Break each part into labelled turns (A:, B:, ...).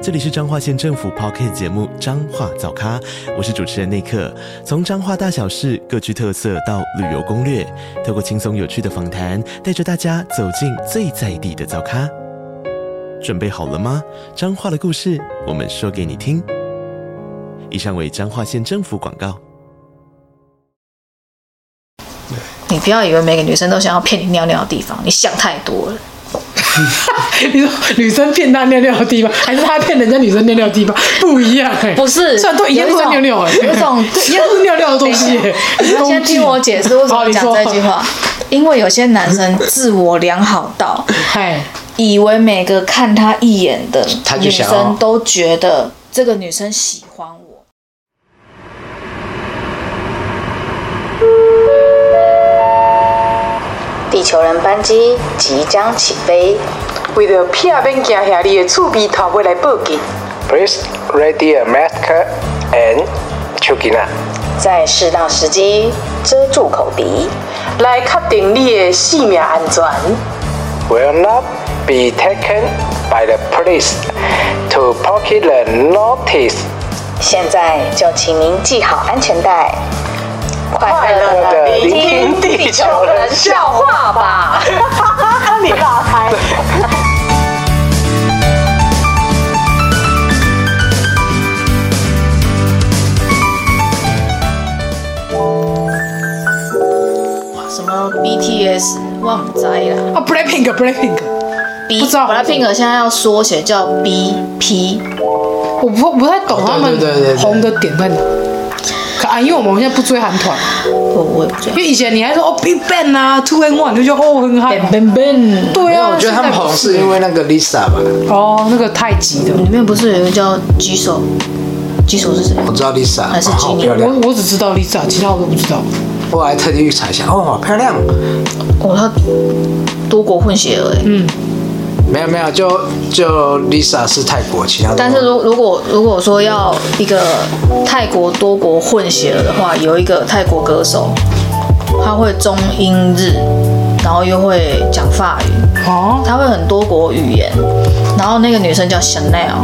A: 这里是彰化县政府 p o c k t 节目《彰化早咖》，我是主持人内克。从彰化大小事各具特色到旅游攻略，透过轻松有趣的访谈，带着大家走进最在地的早咖。准备好了吗？彰化的故事，我们说给你听。以上为彰化县政府广告。
B: 你不要以为每个女生都想要骗你尿尿的地方，你想太多了。
C: 你说女生骗他尿尿的地方，还是他骗人家女生尿尿的地方，不一样哎、
B: 不是，
C: 虽然都一样都是尿尿哎、
B: 有一 种
C: 对，一样都是尿尿的东西、哎
B: 你要先听我解释为什
C: 好
B: 么
C: 你
B: 讲
C: 说
B: 这句话，因为有些男生 自我良好到
C: 哎，
B: 以为每个看他一眼的
D: 他就
B: 女
D: 想要
B: 生都觉得这个女生喜欢我。
E: 地球人班机即将起飞，
F: 为着避免惊吓你的厝边头尾来报警。
G: Please ready a mask and chukina.
E: 在适当时机遮住口鼻。
F: 来确定你的性命安全。
G: Will not be taken by the police to pocket the notice
E: 现在就请您系好安全带，快
F: 快
E: 乐
F: 乐
E: 的
F: 的聆
E: 聆
F: 听
E: 听
F: 地
E: 地
F: 球
E: 球
F: 人
E: 人
F: 笑
E: 笑话
F: 话吧
E: 吧。
F: 你打开。
B: 什么 BTS 我唔知啦
C: 啊，Blackpink Blackpink，
B: ，B
C: 不知道
B: BLACKPINK 现在要缩写叫 BP，
C: 我不不太懂他们
D: 哦对对对对对
C: 红的点在哪。可啊，因为我们现在不追韩团，
B: 我我也不知道
C: 因。为以前你还说哦 Big Bang 啊，Two and One 你就觉得哦很嗨
B: Ben。Ben Ben，
C: 对啊，
D: 我觉得他
C: 现
D: 们
C: 在
D: 好
C: 不
D: 像是因为那个 Lisa 吧，
C: 哦那个太极的，
B: 里面不是有一个叫举手，举手是谁？
D: 我知道 Lisa
B: 还是
D: 哦好
B: Jennie
D: 漂亮，
C: 我我只知道 Lisa，其他我都不知道。
D: 我还特地去查一下，哦，好漂亮。
B: 哦，他多国混血儿哎。
D: 没有没有，就就 Lisa 是泰国，其他都
B: 但是如如果如果说要一个泰国多国混血儿的话，有一个泰国歌手，他会中英日，然后又会讲法语，
C: 哦
B: 他会很多国语言。然后那个女生叫 Chanel，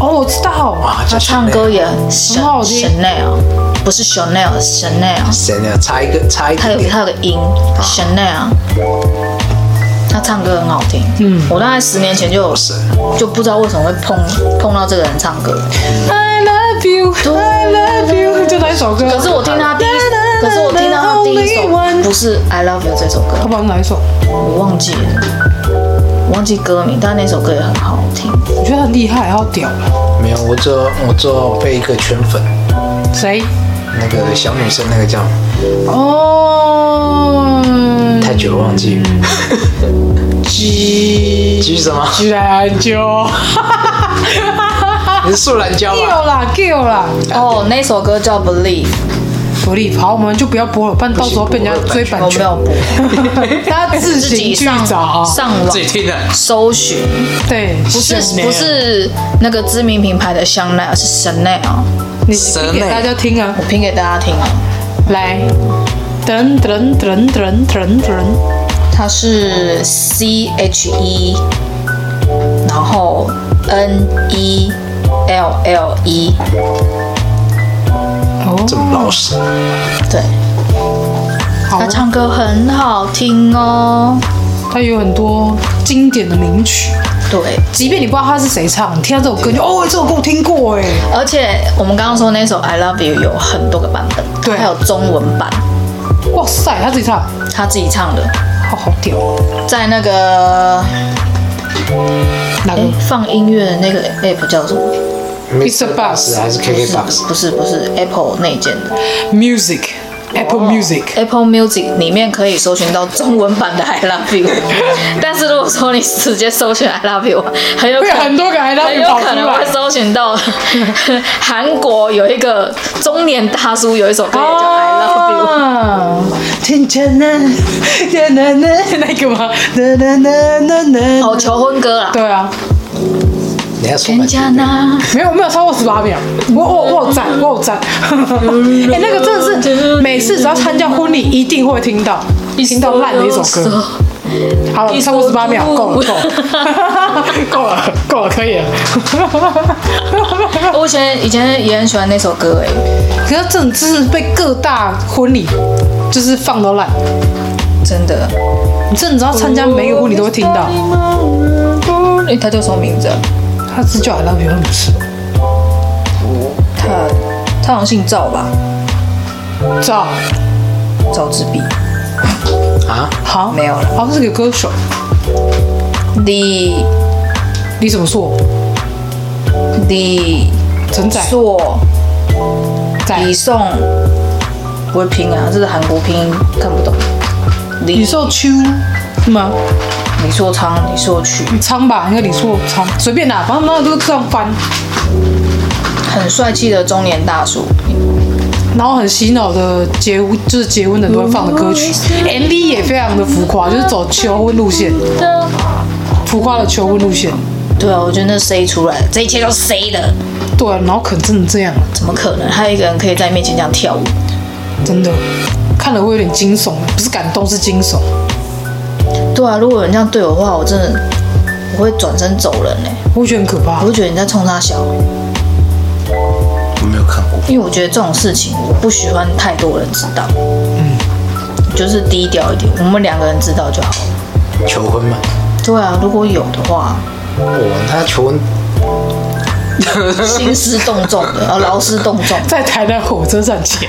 C: 哦，我知道。
D: 哇，
B: 她
D: 叫
B: 唱歌也很
C: 好听
B: Chanel，不是 Chanel，Chanel，
D: 谁呢？差一个差一
B: 她
D: 个
B: 有
D: 点
B: 她有个音 Chanel，她唱歌很好听。嗯，我大概十年前就有
D: 是
B: 就不知道为什么会碰碰到这个人唱歌。
C: I love you, I love you，就那一首歌。
B: 可是我听他第一，可是我听到他第一首不是《I Love You》这首歌
C: 他，不知道是哪一首，
B: 我忘记了，我忘记歌名，但那首歌也很好听。
C: 我觉得很厉害，好屌。
D: 没有，我只有我只有被一个圈粉，
C: 谁？
D: 那个小女生那个叫
B: 嗯
C: 哦，
D: 太久了忘记，
C: 居
D: 继续什么？
C: 居然就
D: 你是素兰娇
C: g
D: 吧？
C: 啦 g 啦
B: 哦，那首歌叫《Believe
C: 福利，好，我们就不要播了，不然到时候被人家追》，版
B: 我没
C: 权，
B: 有播，
C: 大家自
B: 自己
C: 行去
B: 上
C: 找啊。
B: 上网
D: 听的，
B: 搜寻，
C: 对，
B: 不是
C: Chanel
B: 不，是那个知名品牌的香奈儿，是 Chanel，
C: 你
D: 神
C: 给
D: 欸
C: 大家听啊，
B: 我拼给大家听啊，
C: 来，噔噔噔噔噔噔，
B: 它是 C H E，然后 N E L L E。
D: 这么老实，
B: 对，
C: 好
B: 他，唱歌很好听哦。
C: 他有很多经典的名曲。
B: 对，
C: 即便你不知道他是谁唱，你听到这首歌你就哦，这首歌我听过哎。
B: 而且我们刚刚说那首《I Love You》有很多个版本，
C: 对
B: 还有中文版，
C: 哇塞，他自己唱，好
B: 他自己唱的，
C: 好屌，
B: 在那个
C: 哪
B: 哎、
C: 个
B: 放音乐的那个 app 叫什么？
D: Mr.
C: Box
D: Box 还是 KK Box？
B: 不是不是 Apple 内建的，
C: ？Music， Apple Music，
B: Apple Music 里面可以搜寻到中文版的 I Love You，但是如果说你直接搜寻 I Love You，很有可能
C: 会很多个 I love you
B: 很有
C: 跑出
B: 可能
C: 来
B: 会搜寻到 韩国有一个中年大叔有一首歌也
C: 哦
B: 叫 I Love You，、
C: 啊，天真的，天真的那个吗？呐呐呐呐呐
B: 哦，求婚歌啦，
C: 对啊，
D: 你要说
B: 人
D: 蛮
B: 家
D: 久的
B: 那
C: 没有没有超过十八秒，我我我有赞，我有赞。 哎，那个真的是每次只要参加婚礼一定会听到，听到烂的一首歌。好了，超过十八秒，够了，够了，够了，够了，可以了。
B: 我以前以前也很喜欢那首歌哎、
C: 可是这种真是被各大婚礼就是放到烂，
B: 真的。
C: 你真的只要参加每一个婚礼都会听到。
B: 哎、他叫什么名字、啊？
C: 他是叫 I love you，不是？
B: 他他好像姓赵吧？
C: 赵，
B: 赵志碧
D: 啊，
C: 好，
B: 没有了。
C: 好像是个歌手，
B: 李
C: 李什么硕，
B: 李
C: 陈仔，
B: 硕
C: 仔，
B: 李宋，不会拼啊，这是韩国拼音看不懂。李
C: 李硕秋是吗？
B: 李硕昌、李硕曲，
C: 李昌吧，应该李硕昌，随便啦，反正他都这样翻，
B: 很帅气的中年大叔。
C: 然后很洗脑的结婚，就是结婚的都会放的歌曲，MV 也非常的浮夸，就是走求婚路线，浮夸的求婚路线，
B: 对啊，我觉得那 C 出来的，这一切都是 C 的，
C: 对啊，然后可能真的这样，
B: 怎么可能？还有一个人可以在你面前这样跳舞，
C: 真的看了会有点惊悚，不是感动是惊悚，
B: 对啊，如果有人这样对我的话，我真的我会转身走人呢、
C: 我会觉得很可怕
B: 我。会觉得你在冲他笑，
D: 我没有看过。
B: 因为我觉得这种事情我不喜欢太多人知道。嗯，就是低调一点，我们两个人知道就好了。
D: 求婚吗？
B: 对啊，如果有的话，
D: 我他求婚，
B: 兴师动众的，呃，劳师动众，
C: 在台南火车站前，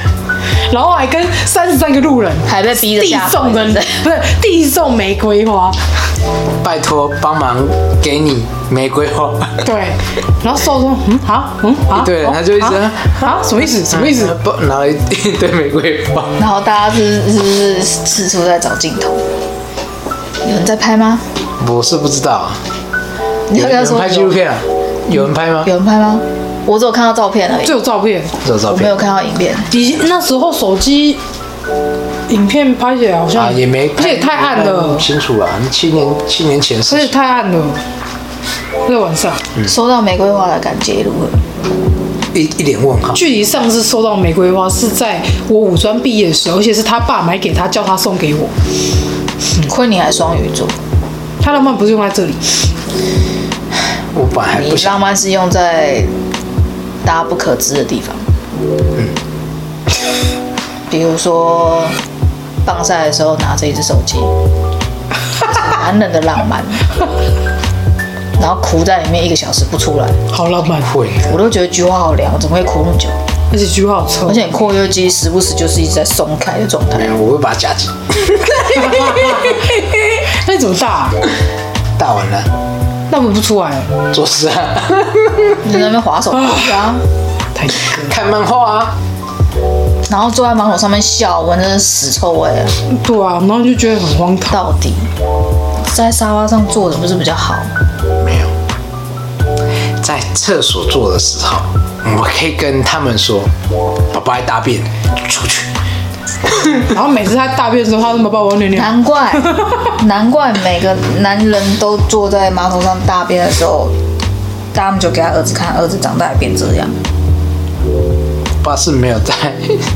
C: 然后还跟三十三个路人
B: 还被逼着
C: 递
B: 下
C: 送
B: 跪
C: 人，
B: 对
C: 不是递送玫瑰花，
D: 拜托帮忙给你玫瑰花。
C: 对，然后受说嗯好嗯好，
D: 一堆人
C: 哦
D: 他就一直哎
C: 啊啊什么意思什么意思？
D: 不，然后一一堆玫瑰花。
B: 然后大家是是不是四处在找镜头？有人在拍吗？
D: 我是不知道啊，
B: 你
D: 有
B: 要不要
D: 人
B: 说
D: 拍纪
B: 有
D: 录片啊？有人拍吗？
B: 有人拍吗？我只有看到照片而已
C: 就，有照片，
D: 这有照
B: 我没
D: 片
B: 有看到影片。
C: 以前那时候手机影片拍起来好
D: 啊，
C: 像
D: 也没，
C: 而且太暗了
D: 不，清楚啊，七年七年前
C: 而且
D: 是
C: 太暗了，在晚上，
D: 嗯
B: 收到玫瑰花的感觉如何？
D: 一一脸问号。
C: 距离上次收到玫瑰花是在我五专毕业的时候，而且是他爸买给他，叫他送给我。
B: 亏你还双鱼座，
C: 他浪漫不是用在这里，
D: 我本来还
B: 你
D: 哎不想
B: 浪，漫是用在大家不可知的地方，比如说棒赛的时候拿着一只手机，男人的浪漫，然后哭在里面一个小时不出来，
C: 好浪漫，
D: 会
B: 我都觉得菊花好凉，怎么会哭那么久？
C: 而且菊花好臭
B: 而。且你括约肌时不时就是一直在松开的状态，
D: 哎我会把它夹紧。
C: 那你怎么大、啊？
D: 大完了，
C: 那我不出来，
D: 做事啊，
B: 你在那边划手机啊，
C: 太可
D: 看漫画啊，
B: 然后坐在马桶上面笑，闻着屎臭味啊。
C: 对啊，然后就觉得很荒唐。
B: 到底在沙发上坐着不是比较好？
D: 没有。在厕所坐的时候，我可以跟他们说：“爸爸爱大便，出去。
C: 然后每次他大便的时候，他都没帮我尿尿。
B: 难怪， 难怪每个男人都坐在马桶上大便的时候，他们就给他儿子看，儿子长大也变这样。”
D: 爸是没有在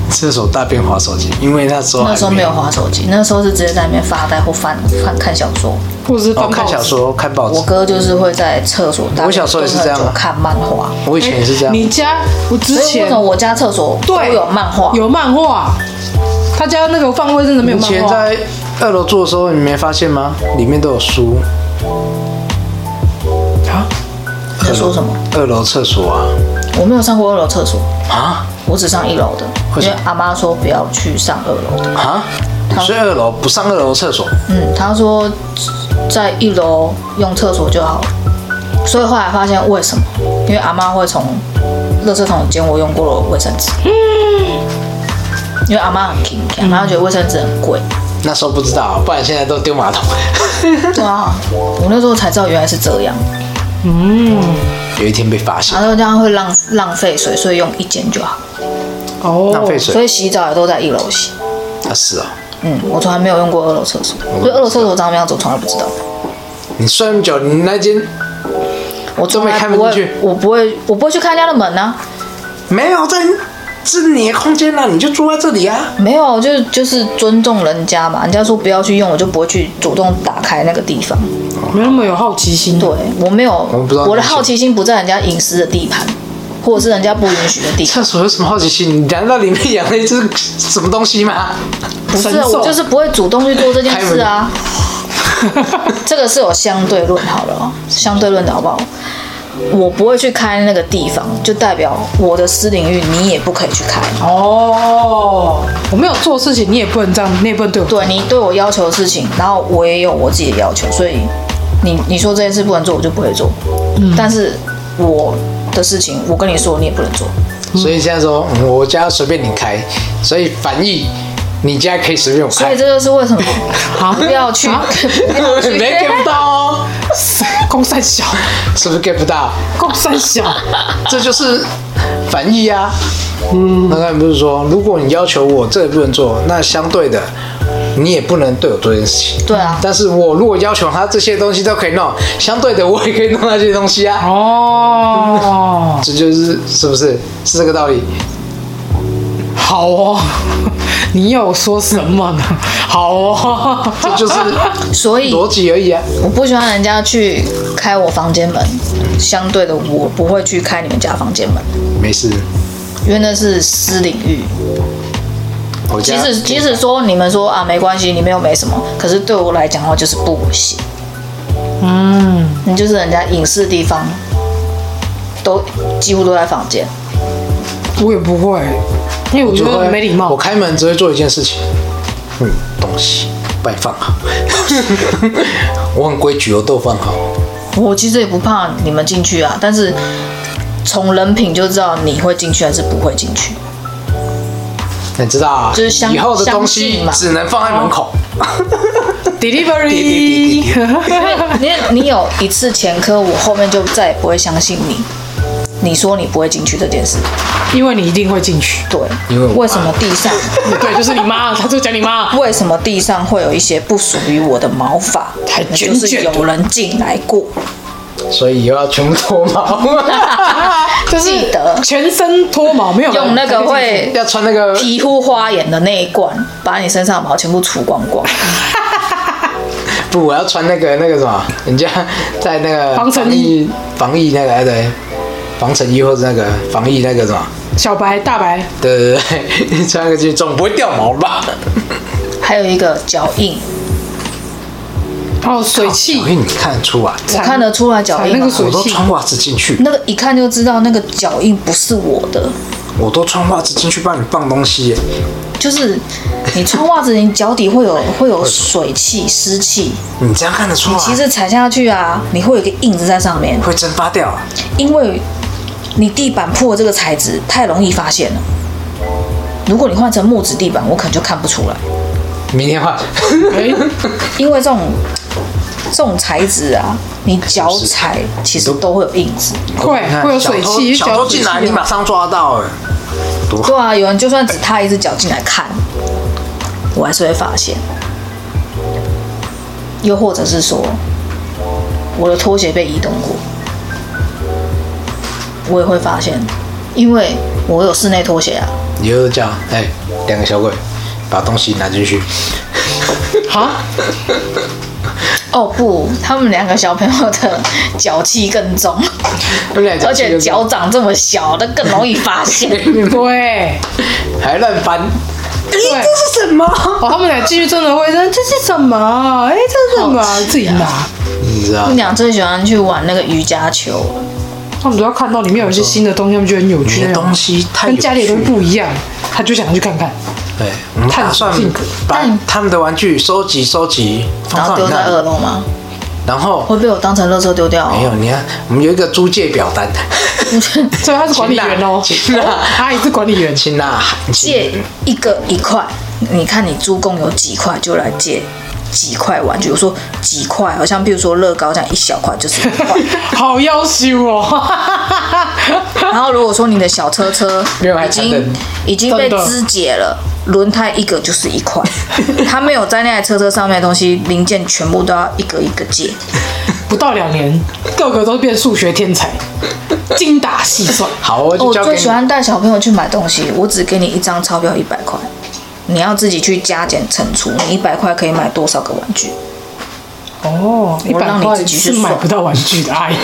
D: 厕所大便划手机，因为那时候还
B: 那时候没有划手机，那时候是直接在那边发呆或翻翻看小说。
C: 或者是
D: 哦，
C: 翻
D: 看小
C: 报纸。
D: 说、看报纸
B: 我。哥就是会在厕所大便，
D: 我小时候也是这样啊
B: 蹲很久看漫画。
D: 我以前也是这样，
C: 你家哎我之
B: 所以为
C: 前
B: 什么我家厕所都
C: 对
B: 有漫画？
C: 有漫画，他家那个放位真的没有
D: 以
C: 漫
D: 前
C: 画。
D: 在二楼住的时候，你没发现吗？里面都有书。
C: 啊，
B: 你在说什么？
D: 二楼厕所啊，
B: 我没有上过二楼厕所，
D: 啊
B: 我只上一楼的，因
D: 为什
B: 为
D: 么
B: 阿妈说不要去上二楼的。
D: 啊！所以二楼不上二楼厕所，
B: 嗯，他说在一楼用厕所就好了。所以后来发现为什么？因为阿妈会从垃圾桶捡我用过的卫生纸，因为阿妈很勤，阿妈觉得卫生纸很贵。
D: 那时候不知道，啊不然现在都丢马桶。
B: 对啊，我那时候才知道原来是这样。
D: 有一天被发现
B: 然，后这样会浪浪费水，所以用一间就好。
D: 浪费
B: 哦所
D: 水。
B: 以洗澡也都在一楼洗。
D: 啊，是哦，
B: 嗯，我从来没有用过二楼厕所，所以二楼厕所长什么样子我从来不知道。
D: 你睡那么久，你那间
B: 我从
D: 都没
B: 来
D: 开
B: 不
D: 门进
B: 会
D: 去，
B: 我不会，我不会去看人家的门啊。
D: 没有在，这是你的空间啊，你就住在这里啊。
B: 没有，就是就是尊重人家嘛。人家说不要去用，我就不会去主动打开那个地方。
C: 没那么有好奇心。
B: 对我没有，
D: 们不知道
B: 我的好奇心不在人家隐私的地盘，或者是人家不允许的地
D: 厕
B: 方。
D: 所有什么好奇心？你难道里面养了一只什么东西吗？
B: 不是
C: 神，兽
B: 我就是不会主动去做这件事啊。 这个是有相对论好了哦，相对论的好不好？我不会去开那个地方，就代表我的私领域你也不可以去开。
C: 哦，我没有做事情，你也不能这样，你也不能对我。
B: 对你对我要求的事情，然后我也有我自己的要求，所以你你说这件事不能做，我就不会做。但是我的事情，我跟你说，你也不能做。
D: 所以现在说，嗯我家随便你开，所以反义，你家可以随便我
B: 所
D: 开
B: 以， 这就是为什 么
C: 好
B: 不要去，不要去
D: 没 get 不到 哦，
C: 公三小，
D: 是不是 get 不到？
C: 公三小，
D: 这就是反义啊。嗯，那刚才不是说，如果你要求我这也不能做，那相对的，你也不能对我做这件事情。
B: 对啊
D: 但是我如果要求他这些东西都可以弄，相对的我也可以弄那些东西啊。
C: 哦，
D: 这就是是不是是这个道理？
C: 好哦， 你有说什么呢？好哦，
D: 这就是
B: 所以
D: 逻辑而已啊。
B: 我不喜欢人家去开我房间门，相对的，我不会去开你们家房间门，
D: 没事，
B: 因为那是私领域。
D: 我
B: 即
D: 家
B: 使即使说你们说啊没关系，你们又没什么，可是对我来讲的话就是不行。嗯，你就是人家隐私的地方，都几乎都在房间。
C: 我也不会，因为我觉
D: 就
C: 得
D: 会
C: 很没礼貌
D: 我。开门只会做一件事情，嗯，东西摆放好。 我很规矩，我哦都放好。
B: 我其实也不怕你们进去啊，但是从人品就知道你会进去还是不会进去。
D: 你知道啊，
B: 就是相
D: 以后的东
B: 相
D: 西
B: 信嘛
D: 只能放在门口。
C: Delivery，
B: 因为你有一次前科，我后面就再也不会相信你。你说你不会进去这件事，
C: 因为你一定会进去。
B: 对，
D: 因为我
B: 为什么地上
C: 对，就是你 妈，他就讲你妈。
B: 为什么地上会有一些不属于我的毛发？
C: 还
B: 那
C: 卷
B: 就
C: 卷的
B: 是有人进来 过。
D: 所以以后要全部脱毛，
C: 就是
B: 记得
C: 全身脱毛，没有
B: 用那个会
D: 要穿那个
B: 皮肤花眼的那一罐，把你身上的毛全部除光光。
D: 不，我要穿那个那个什么，人家在那个
C: 防尘衣
D: 防疫，防疫那个哎对，防尘衣或者那个防疫那个什么，
C: 小白、大白，
D: 对对对对， 穿那个去总不会掉毛吧？
B: 还有一个脚印，
C: 还有水汽
D: 我，给你看得出来，
B: 我
C: 踩
B: 看得出来脚
C: 踩
B: 印、
C: 那个
B: 啊。
C: 水
D: 我都
C: 汽，
D: 穿袜子进去，
B: 那个一看就知道那个脚印不是我的，
D: 我都穿袜子进去帮你放东西耶，
B: 就是你穿袜子，你脚底会有会有水汽、湿气，
D: 你这样看得出来，
B: 其实踩下去啊，你会有一个印子在上面，
D: 会蒸发掉啊。
B: 因为你地板铺的这个材质太容易发现了。如果你换成木质地板，我可能就看不出来，
D: 明天换，
C: 哎
B: 因为这种这种材质啊，你脚踩其实都会有印子。
C: 会会有水汽，
D: 小偷小偷
C: 水
D: 进
C: 汽
D: 来你马上抓到哎，多
B: 对啊，有人就算只踏一只脚进来看，我还是会发现。又或者是说，我的拖鞋被移动过，我也会发现，因为我有室内拖鞋啊。
D: 你就这样，哎、两个小鬼，把东西拿进去，
C: 啊，
B: 哦不，他们两个小朋友的脚气更 重，
D: 他们俩
B: 而且脚掌这么小，那更容易发现。
C: 对
D: 还乱翻，
C: 对，
D: 这是什么？
C: 哦，他们俩进去真的会说这是什么？哎，这是什么？自己拿，
D: 你知
B: 他
D: 道
B: 们？俩最喜欢去玩那个瑜伽球了。
D: 哦
C: 他们只要看到里面有一些新的东西，他们觉得很有
D: 你
C: 趣
D: 的，东西太有
C: 跟
D: 趣
C: 家里的东西不一样，他就想去看看。
D: 对，我们打
C: 探索
D: 算
C: 性格
D: 把
B: 但
D: 他们的玩具收集收集，
B: 然后
D: 放到
B: 丢
D: 你
B: 在
D: 那
B: 二
D: 里，
B: 楼吗？
D: 然后
B: 会被我当成垃圾丢掉、
D: 没有，
B: 哦。
D: 你看我们有一个租借表单，
C: 所以他是管理员 哦，
D: 亲啊
C: 他也是管理员。
D: 亲呐，
B: 借一个一块，你看你租共有几块，就来借几块玩具。我说几块，好像比如说乐高这样一小块就是一块。
C: 好要羞哦，
B: 然后如果说你的小车车
D: 没有还
B: 已
D: 残
B: 经
D: 忍
B: 已经被
C: 真的
B: 肢解了，轮胎一个就是一块，他没有在那台车车上面的东西零件全部都要一个一个借。
C: 不到两年，个个都变数学天才，精打细算。
D: 好，我就
B: 我
D: 交
B: 哦
D: 给
B: 最
D: 你
B: 喜。欢带小朋友去买东西，我只给你一张钞票一百块，你要自己去加减乘除，你一百块可以买多少个玩具？
C: 哦，一
B: 我
C: 百
B: 让你
C: 块
B: 自己去
C: 是买
B: 算
C: 不到玩具的，阿姨。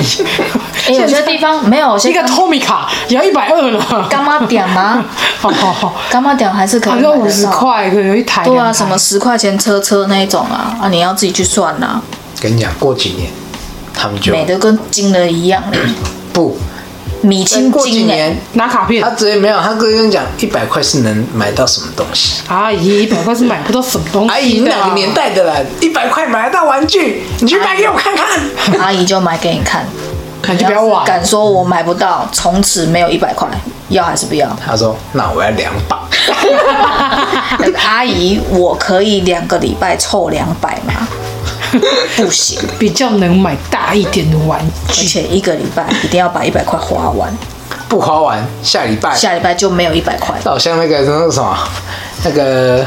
B: 哎、有些地方没有，有些
C: 一个 Tommy 卡也要一百二了。
B: 干妈点 吗？
C: 哦哦
B: 干妈点还是可以
C: 哦，
B: 买得
C: 好
B: 到
C: 像五十。块有一台。
B: 对
C: 两
B: 啊，
C: 台
B: 什么十块钱车车那一种啊，啊，你要自己去算啦、
D: 跟你讲，过几年他们就
B: 美的跟金的一样嘞，
D: 不，
B: 米青
D: 过几
B: 金哎、
D: 年
C: 拿卡片
D: 他？直接没有，他哥跟你讲，一百块是能买到什么东西？
C: 阿姨，一百块是买不到什么 东
B: 啊
D: 阿
C: 西
D: 姨，
C: 的。
D: 哪个年？代的啦？一百块买得到玩具，你去买给我看看。
B: 阿姨就买给你看。
C: 那就不要
B: 是
C: 玩。
B: 敢说我买不到，从此没有一百块，要还是不要？
D: 他说：“那我要两把。
B: 那个阿姨，我可以两个礼拜凑两百吗？不行，
C: 比较能买大一点的玩
B: 而
C: 具。
B: 且一个礼拜一定要把一百块花完，”
D: 不花完，下礼拜
B: 下礼拜就没有一百块。
D: 好像那个那个什么，那个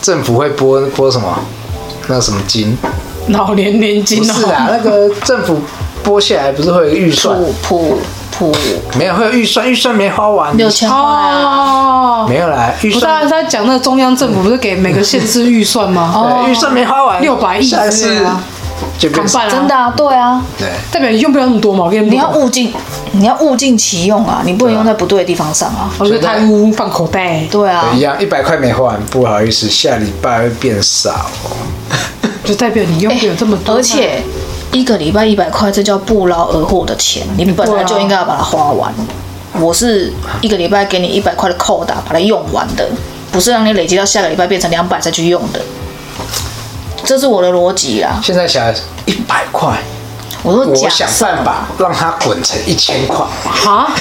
D: 政府会拨拨什么？那什么金？
C: 老年年金
D: 不
C: 哦，
D: 是啊，那个政府拨下来不是会有预 算？
B: 普普普
D: 没有，会有预算，预算没花完。
B: 六千块啊，
C: 哦，
D: 没有啦，预
C: 不是啊，他
D: 算
C: 讲那个中央政府不是给每个县市预 算吗？哦，
D: 对预算没花完，
C: 600亿
D: 下
C: 之类
D: 次
C: 的啊
D: 就
C: 怎
D: 变
C: 么办啊？
B: 真的啊，对啊，
D: 对，
C: 代表你用不了那么多嘛，我跟你
B: 你
C: 们
B: 要
C: 讲，
B: 物尽，你要物尽其用啊，你不能用在不对的地方上啊。
C: 我就贪污放口袋，
B: 对啊
D: 一，样一百块没花完，不好意思，下礼拜会变少。
C: 就代表你用不了这么多
B: 哎
C: 嘛。
B: 而且一个礼拜一百块，这叫不劳而获的钱，你本来就应该要把它花完。我是一个礼拜给你一百块的扣打，把它用完的，不是让你累积到下个礼拜变成两百再去用的。这是我的逻辑啦，
D: 现在小孩一百块，
B: 我说
D: 我
B: 假
D: 想
B: 设，
D: 办法让它滚成一千块。
C: 啊，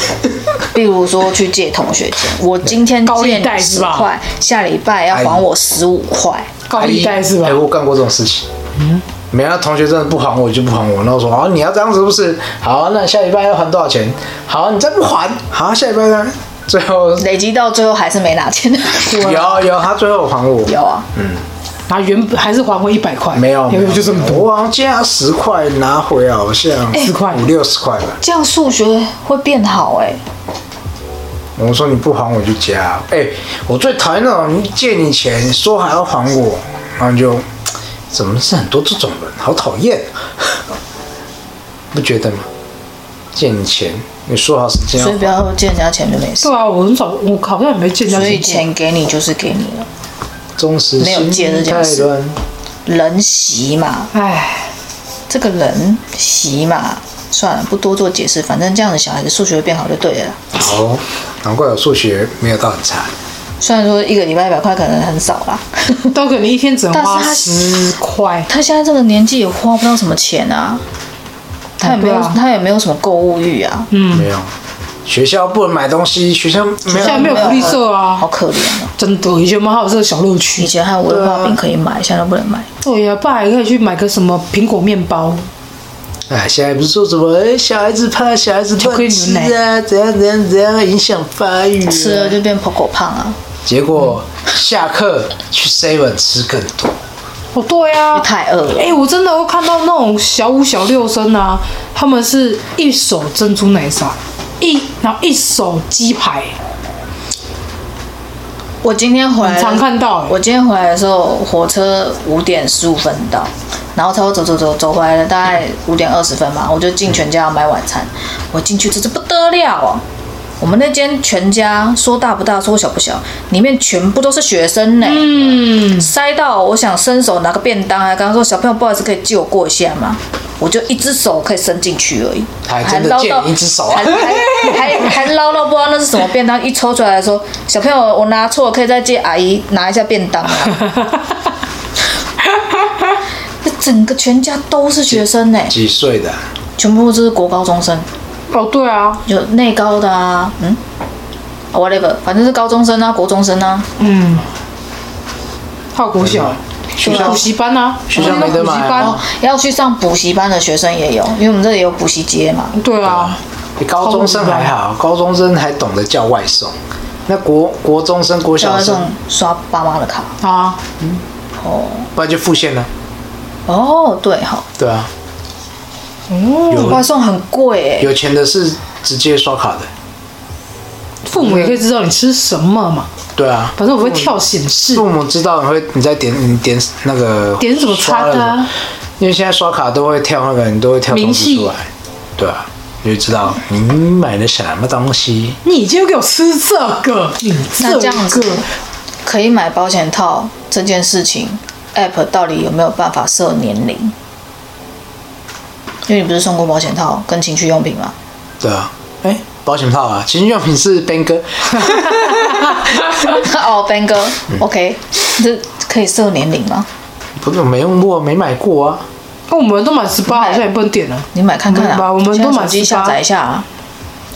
B: 比如说去借同学钱，我今天
C: 高
B: 借
C: 利贷
B: 你
C: 是
B: 十
C: 吧
B: 块，下礼拜要还我十五块，
C: 高利贷是吧嗯
D: 哎、？我干过这种事情。没有，那同学真的不还我就不还我。然后我说，哦，你要这样子是不是？好，那下礼拜要还多少钱？好，你再不还，好，下礼拜呢？最后
B: 累积到最后还是没拿 钱。
C: 啊
D: 有有，他最后还我
B: 有啊，
C: 然后原本还是还回一百块，
D: 没有，
C: 因为就这么多，
D: 我好像借他十块拿回，好像
C: 10块
D: 五六十块吧。
B: 这样数学会变好哎、
D: 我说你不还我就加。哎、我最讨厌那种借你钱说还要还我，然后就怎么是很多这种人，好讨厌，不觉得吗？借你钱，你说好时间要
B: 所以不
D: 还，
B: 要借人家钱就没事
C: 对。啊，我很少，我好像也没见人
B: 所
C: 家
B: 以
C: 借过。
B: 钱给你就是给你了，
D: 忠实
B: 没有借这
D: 心
B: 件
D: 太
B: 事
D: 乱。
B: 人席嘛，
C: 唉，
B: 这个人席嘛，算了，不多做解释，反正这样子小孩子数学会变好就对了啦。
D: 好，难怪我数学没有到很差。
B: 虽然说一个礼拜一百块可能很少啦，
C: 都可能一天只能花
B: 但是
C: 十块，
B: 他现在这个年纪也花不到什么钱啊，他也没有、
C: 对啊
B: 他也没有什么购物欲啊，
D: 没有，学校不能买东西，学校没
C: 现
D: 有
C: 在没有福利社啊
B: 好，可怜哦。
C: 真的，以前我们还有这个小乐趣
B: 以。前还有威化饼可以买，现在都不能买。
C: 对呀，爸还可以去买个什么苹果面包，
D: 哎，现在不是说什么哎，小孩子怕小孩子
C: 巧克力
D: 乱吃
C: 牛
D: 啊，怎样怎样怎样影响发育、啊，
B: 吃了就变 POCO 胖啊，
D: 结果下课去 Seven 吃更多，
C: 哦，对啊，
B: 太饿了
C: 哎、我真的会看到那种小五、小六生啊，他们是一手珍珠奶茶，一然后一手鸡排，
B: 我今天回来
C: 很常看到欸
B: 我今天回来的时候，火车五点十五分到，然后差不多走走走走回来了，大概五点二十分嘛，我就进全家要买晚餐。我进去这是不得了哦，我们那间全家说大不大，说小不小，里面全部都是学生呢、
C: 嗯，
B: 塞到我想伸手拿个便当啊，刚刚说小朋友不好意思，可以借我过一下吗？我就一只手可以伸进去而已，
D: 他还真的
B: 捞
D: 借
B: 到
D: 你一只手啊
B: 还还还还捞到不知道那是什么便当，一抽出来说小朋友我拿错，啊 可以再借阿姨拿一下便当吗？整个全家都是学生呢、
D: 几岁的啊？
B: 全部都是国高中生，
C: 哦，对啊，
B: 有内高的啊，嗯，whatever，反正是高中生啊，国中生啊，
C: 嗯，还有国小
D: 学校
C: 补习班啊，
D: 学校没得买啊
C: 补习班
D: 哦
B: 要去上补习班的学生也有，因为我们这里有补习街嘛。
C: 对啊，
D: 高中生还好，高中生还懂得叫外送。那国国中生、国
B: 叫
D: 小
B: 外送
D: 生，
B: 刷爸妈的卡
C: 啊，
B: 哦
D: 不然就付现了。
B: 哦，对哈，
D: 对啊，
B: 外嗯送很贵哎，
D: 有钱的是直接刷卡的。
C: 父母也可以知道你吃什么嘛，
D: 对啊，
C: 反正我会跳显示
D: 父，母知道你会你在点你点那个
C: 点什么餐
D: 刷了什
C: 啊
D: 么，因为现在刷卡都会跳那个，你都会跳
C: 明
D: 通知
C: 细
D: 出来。对啊，你就知道你买了什么东西。
C: 你就给我吃这个，
D: 嗯
C: 你
B: 那
C: 这
B: 这样子
C: 个，
B: 可以买保险套这件事情，App 到底有没有办法设年龄？因为你不是送过保险套跟情趣用品吗？
D: 对啊，哎，保险套啊，情趣用品是 Ben 哥，
B: 哦，Ben 哥，OK，这可以设年龄吗？
D: 不是我没用过，没买过啊。
C: 那我们都满十八，好像也不能点了，
B: 你买看看
C: 没有吧
B: 啊，
C: 我们都
B: 现在手
C: 满
B: 机
C: 18
B: 下载一下啊，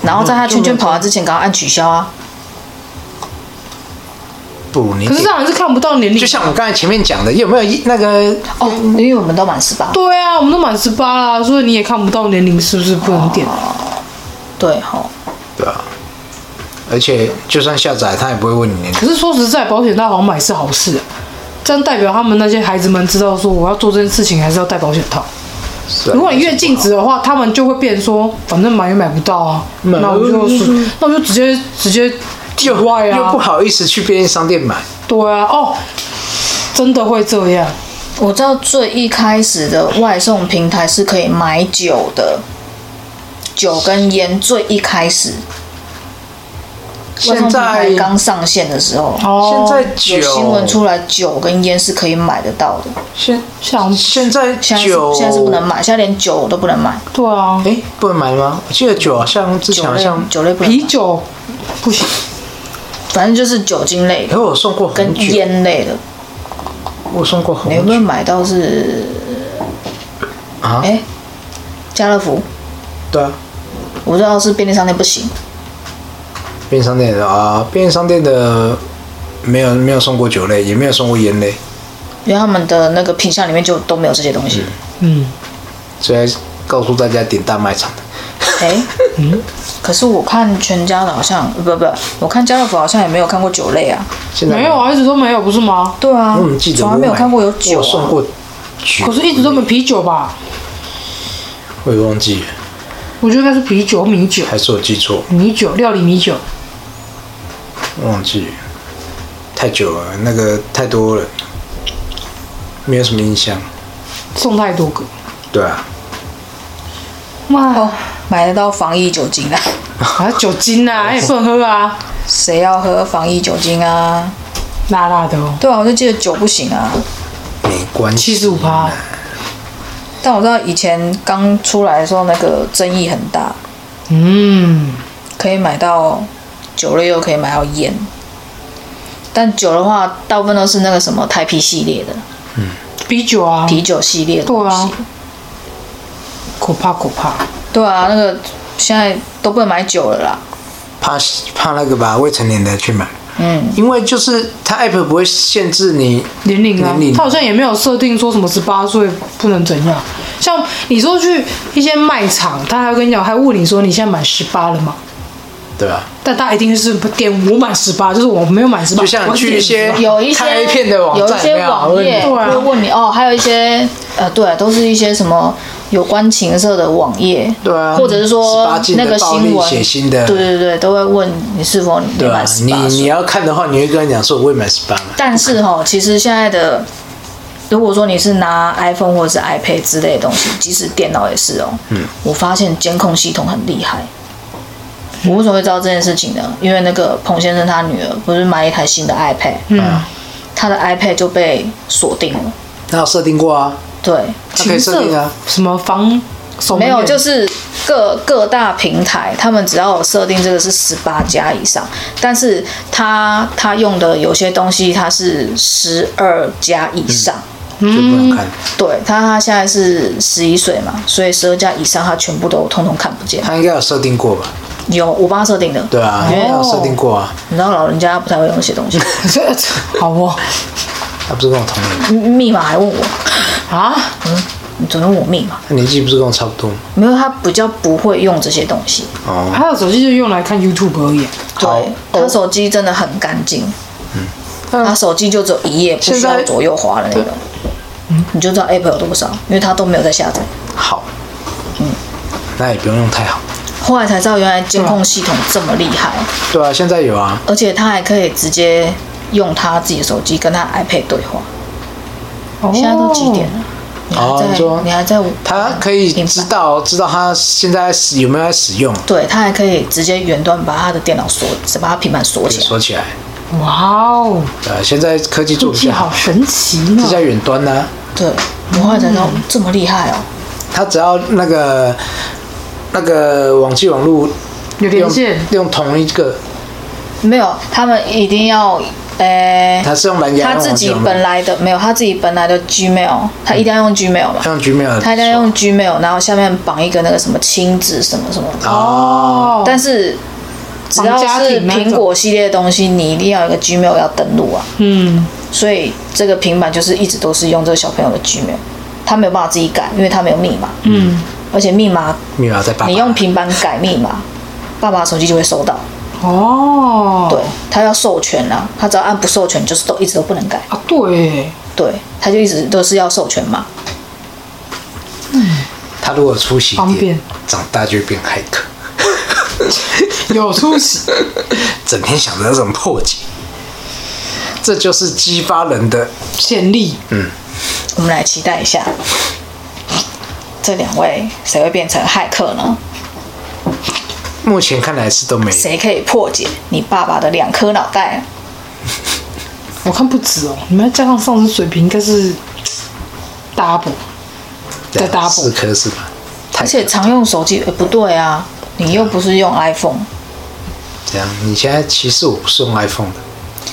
B: 然后在他圈圈跑啊完之前，赶快按取消啊。
D: 不，你
C: 可是这样还是看不到年龄
D: 就。像我刚才前面讲的，有没有一那个
B: 哦，因为我们都满十八，
C: 对啊，我们都满十八啦，所以你也看不到年龄，是不是不能点？
D: 哦
B: 对哈，
D: 对啊，而且就算下载，他也不会问你年龄。
C: 可是说实在，保险套好像买是好事、啊，这样代表他们那些孩子们知道说我要做这件事情，还是要戴保险套。
D: 是啊
C: 如果你越禁止的话，他们就会变说，反正买也买不到啊，
D: 买
C: 那我就那我就直接直接就坏
D: 又
C: 啊
D: 不，好意思去便利商店买，
C: 对啊，哦，真的会这样，
B: 我知道最一开始的外送平台是可以买酒的，酒跟烟最一开始，外送
D: 现
B: 平台
D: 在
B: 刚上线的时候，
D: 现
C: 哦，
D: 在
B: 有新闻
D: 酒
B: 出来酒跟烟是可以买得到的，
D: 现
C: 像
D: 现在
B: 现在是
D: 酒
B: 现在是不能买，现在连酒都不能买，
C: 对啊，
D: 哎不能买吗？我记得酒好像之前
B: 酒
D: 好
B: 类
D: 像，
B: 酒类不能买
C: 啤，酒不行，
B: 反正就是酒精类
D: 哎
B: 的
D: 我有送过红
B: 跟
D: 酒，
B: 烟类的，
D: 我有送过
B: 你有
D: 红
B: 没有
D: 酒
B: 买到是
D: 啊，
B: 哎家乐福？
D: 对啊，
B: 我知道是便利商店不行，
D: 便利商店的啊，便利商店的没有没有送过酒类，也没有送过烟类，
B: 因为他们的那个品相里面就都没有这些东西。
C: 嗯，
D: 所以告诉大家点大卖场的。
B: 哎、可是我看全家的好像不不，我看家乐福好像也没有看过酒类啊。
D: 现在
C: 没有啊，一直都没有，不是吗？
B: 对啊
D: 我怎么记，得
B: 从
D: 我
B: 来没有
D: 买
B: 看过有
D: 我
B: 酒、
D: 有送
B: 啊。
D: 过酒，
C: 可是一直都没啤酒吧？
D: 我也忘记了，
C: 我觉得应该是啤酒、米酒、
D: 还是我记错，
C: 米酒、料理米酒。
D: 忘记了太久了，那个太多了，没有什么印象。
C: 送太多个，
D: 对啊，
C: 哇
B: 哦，，买得到防疫酒精啊？
C: 还有酒精啊，也不能喝啊，
B: 谁要喝防疫酒精啊？
C: 辣辣的哦，
B: 对啊，我就记得酒不行啊。
D: 没关系。
C: 七十五趴，
B: 但我知道以前刚出来的时候，那个争议很大，
C: 嗯，
B: 可以买到酒类，又可以买到烟。但酒的话，大部分都是那个什么台啤系列的、
C: 啤酒啊，
B: 啤酒系列的
C: 对
B: 东西。
C: 啊，可怕可怕，
B: 对啊，那个现在都不能买酒了啦。
D: 怕怕那个吧，未成年的去买，
B: 嗯，
D: 因为就是它 app 不会限制你
C: 年龄啊
D: 年龄，
C: 他好像也没有设定说什么十八岁不能怎样，像你说去一些卖场，他还会跟你讲，还问你说你现在满十八了吗？
D: 对啊吧、
C: 但他一定是点我满十八，就是我没有满十八，
D: 就像
C: 我
D: 去一些
C: 点18
B: 有一
D: 开
B: 些
D: 片的网站
B: 有一些网页
C: 对啊
B: 会问你哦，还有一些呃，对，都是一些什么有关情色的网页，
D: 对啊
B: 或者是说
D: 18禁的
B: 那个新
D: 暴
B: 闻
D: 力血腥的
B: 对对对，都会问你是否你
D: 对吧、啊
B: 满十
D: 你
B: 八
D: 你
B: 岁。
D: 要看的话，你会跟他讲说我未满十八嘛，
B: 但是哈，其实现在的，如果说你是拿 iPhone 或者是 iPad 之类的东西，即使电脑也是哦，嗯，我发现监控系统很厉害。我为什么会知道这件事情呢？因为那个彭先生他女儿不是买了一台新的 iPad，嗯，他的 iPad 就被锁定了。
D: 他有设定过啊，
B: 对，
D: 他可以设定啊，
C: 什么防守门
B: 没
C: 员
B: 有，就是各各大平台，他们只要有设定这个是十八加以上，但是他他用的有些东西它是十二加以上，
D: 就不能看。
B: 对他，他现在是十一岁嘛，所以十二家以上他全部都通通看不见。
D: 他应该有设定过吧？
B: 有我帮他设定的，
D: 对啊，
B: 因为
D: 他有设定过啊。
B: 你知道老人家不太会用这些东西，
C: 这 好哦
D: 他不是跟我同龄吗，
B: 密码还问我，
C: 啊，
B: 你总用我密码？
D: 他年纪不是跟我差不多吗？
B: 没有，他比较不会用这些东西。
D: 哦，
C: 他的手机就用来看 YouTube 而已。
D: 好哦
B: 对，他手机真的很干净，
C: 嗯
B: 他手机就只有一页，不需
D: 现
B: 要
D: 在
B: 左右滑的那个，你就知道 App 有多少，因为他都没有在下载。
D: 好，嗯，那也不用用太好。
B: 后来才知道原来监控系统这么厉害，
D: 对啊，现在有啊，
B: 而且他还可以直接用他自己的手机跟他 iPad 对话。现在都几点了？你还
D: 哦你
B: 在？
D: 说
B: 你还在？
D: 他可以
B: 明白
D: 知道知道他现在使有没有在使用，
B: 对他还可以直接远端把他的电脑锁，把他平板锁起来。
D: 锁起来。
C: 哦？哇哦，
D: 对啊，现在科技做
C: 手
D: 得比
C: 机
D: 较
C: 好
D: 好，
C: 神奇呢
B: 嗯
D: 这。叫远端呢、
B: 对，我后来才知道这么厉害哦。
D: 他只要那个那个网际网络
C: 有连线
D: 用用同一个，
B: 没有，他们一定要，呃，
D: 他是用蓝牙
B: 他
D: 用
B: 自
D: 网际
B: 己
D: 网络
B: 本，来的没有，他自己本来的 Gmail，他一定要用 Gmail 嘛，
D: 用 Gmail，
B: 他一定要用 Gmail，然后下面绑一个那个什么亲子什么什么的。
D: 哦，
B: 但是只要
C: 绑家
B: 是
C: 庭那
B: 苹
C: 种
B: 果系列的东西，你一定要有一个 Gmail 要登录啊。
C: 嗯，
B: 所以这个平板就是一直都是用这个小朋友的 Gmail，他没有办法自己改，因为他没有密码。嗯，而且密码
D: 密啊码在爸爸，
B: 你用平板改密码，爸爸手机就会收到。
C: 哦，
B: 对他要授权啊，他只要按不授权，就是都一直都不能改。
C: 啊，对，
B: 对，他就一直都是要授权嘛。
D: 他如果出席
C: 方便，
D: 长大就会变骇客，
C: 有出息，
D: 整天想着怎么破解，这就是激发人的
C: 潜力。
B: 我们来期待一下，这两位谁会变成骇客呢？
D: 目前看来是都没有。
B: 谁可以破解你爸爸的两颗脑袋？
C: 我看不止哦，你们加上上次水平应该是 double，
D: 对啊
C: 再 double
D: 四颗是吧？
B: 而且常用手机，诶不对啊，你又不是用 iPhone，
D: 这样，你现在其实我不是用 iPhone 的，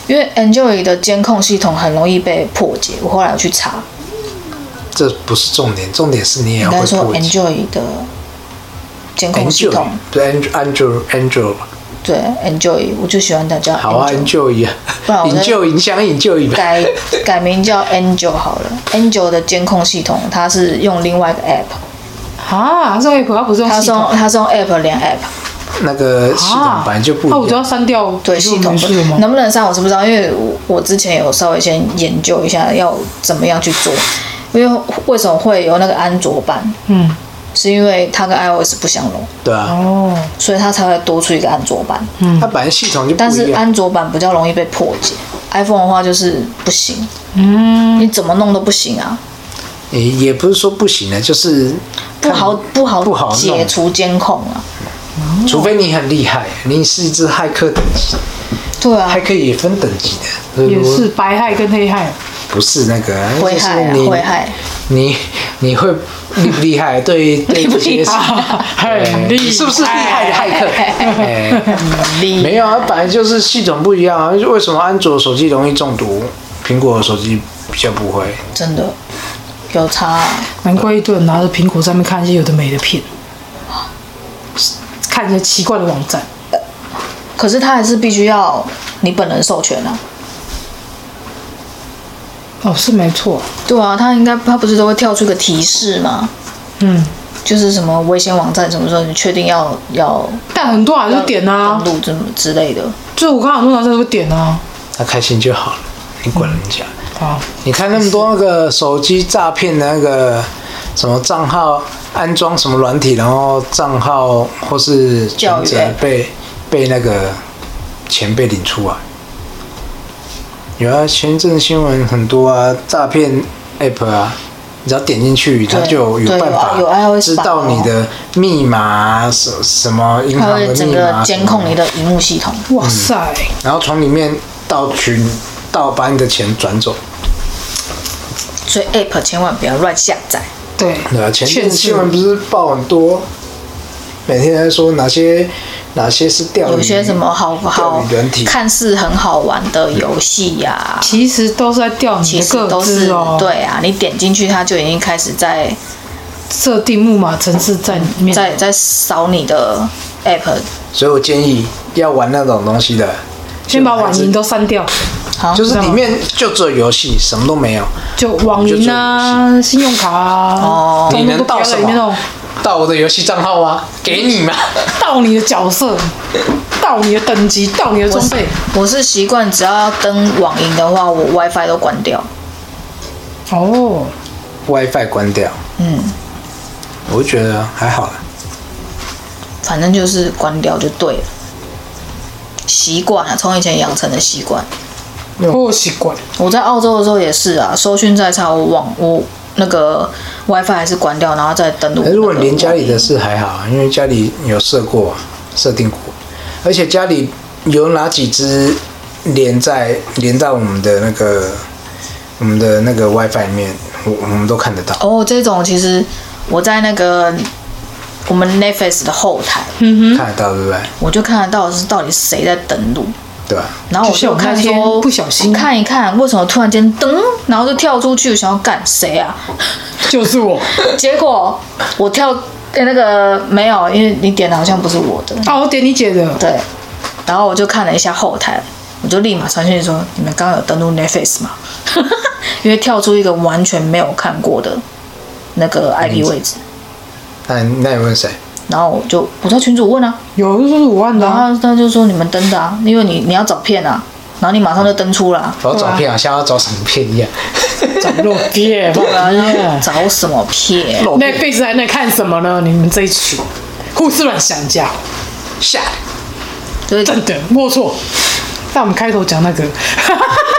B: 因为 Enjoy 的监控系统很容易被破解。我后来有去
D: 啊
B: 查，
D: 这不是重点，重点是你也
B: 应
D: 要
B: 该
D: 会
B: 说
D: 破解。
B: Enjoy 的监控系统，
D: 对 Android Android 吧
B: 对 Enjoy，我就喜欢大家
D: 好啊
B: Enjoy
D: ，Android 啊
B: 不然我在
D: ，Enjoy 想 Enjoy 吧。
B: 改改名叫 Angel 好了。Angel 的监控系统，它是用另外一个 App，
C: 啊，这个 app 它不是用
B: 它
C: 系
B: 是用
C: 统
B: 它是用 App 连 App，
D: 那个系统
C: 啊，
D: 本来就不
B: 哦
C: 那我
D: 一
C: 就要
D: 样，
C: 删掉
B: 对系统
C: 是吗？
B: 能不能上我是不知道，因为我我之前有稍微先研究一下要怎么样去做，因为为什么会有那个安卓版，
C: 嗯，
B: 是因为它跟 iOS 不相容，
D: 对啊，
C: 哦，
B: 所以它才会多出一个安卓版。
D: 它本来系统就
B: 嗯但
D: 嗯不一
B: 是
D: 样。
B: 安卓版比较容易被破解，iPhone 的话就是不行，嗯，你怎么弄都不行啊。
D: 也也不是说不行的，就是
B: 不好不好
D: 不好弄
B: 解除监控啊，
D: 除非你很厉害，你是一只骇客等级，
B: 对啊，
D: 骇客也分等级的，所以
C: 也
D: 如果
C: 是白害跟黑害，
D: 不是那个啊，
B: 会害啊
D: 就是你
B: 会害
D: 你你会 厉不厉 害？对对这些事，
C: 很厉害
D: 对是不是厉害的骇客？哎
B: 厉
D: 没有啊，本来就是系统不一样啊。为什么安卓手机容易中毒，苹果手机比较不会？
B: 真的有差、啊，
C: 难怪一堆人拿着苹果上面看一些有的没的片，看一些奇怪的网站。
B: 可是他还是必须要你本人授权啊。
C: 哦，是没错，
B: 对啊，他应该他不是都会跳出一个提示吗？
C: 嗯，
B: 就是什么危险网站什么时候你确定要要
C: 但很多人还
B: 要
C: 是点啊
B: 登，录什么之类的，
C: 就是我看很多男生会点啊，
D: 他开心就好了，你管人家。
C: 啊，
D: 你看那么多那个手机诈骗的那个什么账号安装什么软体，然后账号或是
B: 教
D: 存
B: 育
D: 折
B: app
D: 被被那个钱被领出来。有啊，前阵新闻很多啊，诈骗 app 啊，你只要点进去，它就有
B: 对
D: 办法
B: 有有 iOS
D: 知道
B: 版哦
D: 你的密码啊、什什么银
B: 他
D: 行
B: 会
D: 的
B: 整
D: 密码
B: 个
D: 啊，
B: 监控你的荧幕系统。
C: 哇塞，
B: 嗯
D: 然后从里面盗取盗把你的钱转走。
B: 所以 App 千万不要乱下载。
C: 对，
D: 对啊，前阵
C: 确
D: 子
C: 实
D: 新闻不是报很多，每天在说哪些哪些是钓鱼，
B: 有些什么好好
D: 钓鱼嗯软体，
B: 看似很好玩的游戏呀，
C: 其实都是在钓嗯你
B: 其
C: 的
B: 实都
C: 个
B: 是
C: 资哦。，
B: 对啊，你点进去它就已经开始在
C: 设定木马城市在里面，
B: 在在扫你的 app，
D: 所以我建议要玩那种东西的，
C: 先把网银都删掉，
B: 好，
D: 就是里面就只有游戏，什么都没有，
C: 就网银啊、信用卡啊，
B: 哦
D: 你
C: 通通
D: 能
C: 都不
D: 盗
C: 要
D: 什
C: 在里面弄
D: 么？盗我的游戏账号吗？给你吗？
B: 嗯
C: 盗你的角色，盗你的等级，盗你的装备。
B: 我是习惯只要要登网银的话，我 WiFi 都关掉。
C: 哦，
D: WiFi 关掉，
B: 嗯，
D: 我觉得还好啦。
B: 反正就是关掉就对了。习惯啊，从以前养成的习惯。
C: 破习惯，
B: 我在澳洲的时候也是啊，收讯再差，我网我那个 WiFi 还是关掉，然后再登录
D: 可。是如果你连家里的
B: 事，
D: 事还好，啊因为家里有设过、啊设定过，而且家里有哪几只连在连到我们的那个我们的那个 WiFi 里面，我我们都看得到。
B: 哦，这种其实我在那个我们 Netflix 的后台，
C: 嗯
D: 看得到对不对？
B: 我就看得到是到底谁在登录。
D: 对吧？
B: 然后我就看
C: 就像我那
B: 说，
C: 天不小心
B: 看一看，为什么突然间噔，然后就跳出去，想要干谁啊？
C: 就是我。
B: 结果我跳、诶那个没有，因为你点的好像不是我的，
C: 啊，我点你姐的，
B: 对。然后我就看了一下后台，我就立马传讯说：“你们刚刚有登录 Netflix 吗？” 因为跳出一个完全没有看过的那个 IP 位置，
D: 那那你问谁？
B: 然后我就我在群主问啊，
C: 有就是五万的
B: 然
C: 啊，
B: 后他就说你们登的啊，因为你你要找片啊，然后你马上就登出了啊、
D: 我要找片啊，像要找什么片一样。
C: 落片吧。
B: 然后要哎找什么片？
C: 那辈子还能看什么呢？你们这一群胡思乱想家，
D: 下
B: 就是
C: 真的龌龊。但我们开头讲那个，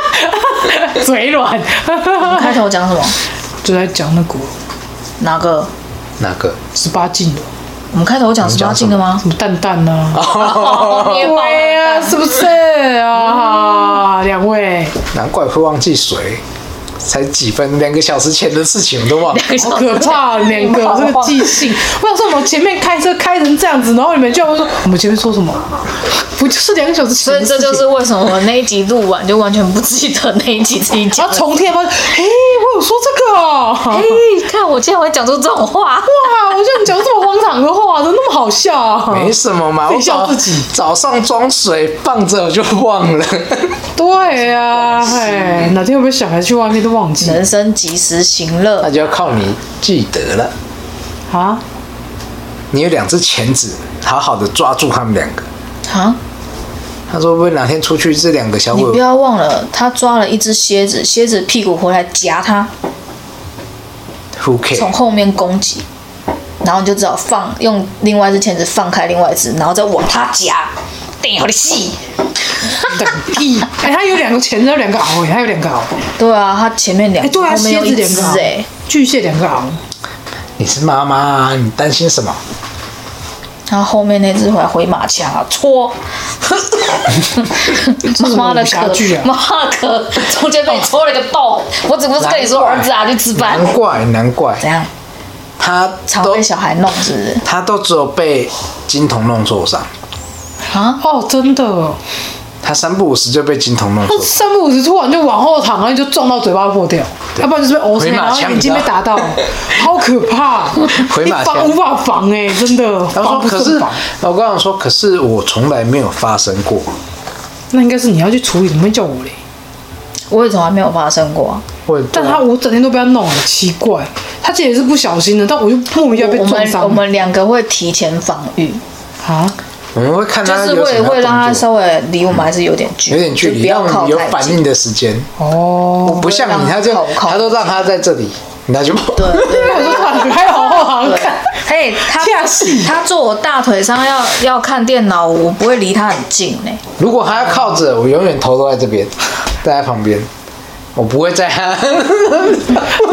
C: 嘴软，
B: 开头讲什么？
C: 就在讲那个
B: 哪个？
D: 哪个？
C: 十八禁的，
B: 我们开头讲十八禁的吗？
C: 什么蛋蛋啊，对
B: 对
C: 啊，是不是啊？两位，
D: 难怪会忘记谁，才几分两个小时前的事情我都 忘了。
C: 好可怕，两个这个记性。我想说，我们前面开车开成这样子，然后你们居然会说我们前面说什么？不就是两个小时
B: 所
C: 前的
B: 以
C: 事情？
B: 这就是为什么我那一集录完就完全不记得那一集自己
C: 然
B: 讲
C: 后。重听，发现，嘿，我有说这个哦，
B: 哎，看我竟然会讲出这种话！
C: 哇，我觉得你讲这么荒唐 的话，怎么那么好笑、啊？
D: 没什么嘛，
C: 自
D: 我
C: 己笑
D: 早
C: 自己
D: 早上装水放着我就忘了。
C: 对啊，嘿，哪天会不会小孩去外面都忘记
B: 人生及时行
D: 那
B: 乐，
D: 就要靠你记得了。
C: 啊？
D: 你有两只钳子，好好的抓住他们两个。
B: 啊！
D: 他说：“会不会哪天出去，这两个小
B: 你不
D: 鬼
B: 要忘了，他抓了一只蝎子，蝎子屁股回来夹他，
D: who care？
B: 从后面攻击，然后你就只好放用另外一只钳子放开另外一只，然后再往他夹，顶好哎的戏。
C: 等屁！ 哎、他有两个钳子，有两个螯，哎，他有两个螯，
B: 对啊，他前面两
C: 哎、
B: 只，
C: 对啊，
B: 后面
C: 蝎
B: 有
C: 子
B: 一
C: 两
B: 只
C: 个
B: 哎、
C: 螯，巨蟹两个螯，
D: 你是妈妈啊，你担心什么？
B: 然后后面那只回来回马枪啊，戳，妈的
C: 武侠
B: 可
C: 剧啊，
B: 妈的可，中间被你戳了一个洞。我只不过是跟你说儿
D: 难怪
B: 子啊，去值班，
D: 难怪，难
B: 怎
D: 怪，
B: 样？
D: 他
B: 常
D: 都
B: 被小孩弄是不是？
D: 他都只有被金童弄受伤，
B: 啊，
C: 哦，真的，
D: 他三不五时就被金童弄受
C: 他
D: 伤。
C: 三不五时突然就往后躺，然后就撞到嘴巴破掉，要不然就是被殴
D: 回
C: 伤，
D: 马
C: 然后
D: 枪
C: 眼睛被打 到，好可怕，
D: 回马
C: 你
D: 枪
C: 防无法防哎、真的，
D: 他说
C: 防：“不
D: 可
C: 胜
D: 是
C: 防。”
D: 老高长说：“可是我从来没有发生过。
C: 那应该是你要去处理，怎么会叫我嘞？
B: 我也从来没有发生过啊。
D: 我”
C: 但他我整天都被他弄了，奇怪，他这也是不小心的，但我就莫名其妙被
B: 我
C: 撞
B: 们
C: 伤。
B: 我们两个会提前防御，
C: 啊，
D: 我们会看
B: 就
D: 他
B: 是
D: 有
B: 会
D: 什么
B: 会让他
D: 动作，
B: 稍微离我们还是有点距，
D: 有点距
B: 就
D: 离，
B: 不要
D: 让
B: 靠
D: 你有
B: 太
D: 反
B: 近。
D: 应的时间。
C: 哦，
D: 不像你，他就
B: 靠靠
D: 他都让他在这里，那就不
B: 对对
C: 我说他 很开好好看，
B: 嘿，他
C: 吓死
B: 他坐我大腿上要要看电脑，我不会离他很近呢、
D: 如果他要靠着，我永远头都在这边， 在他旁边，我不会在他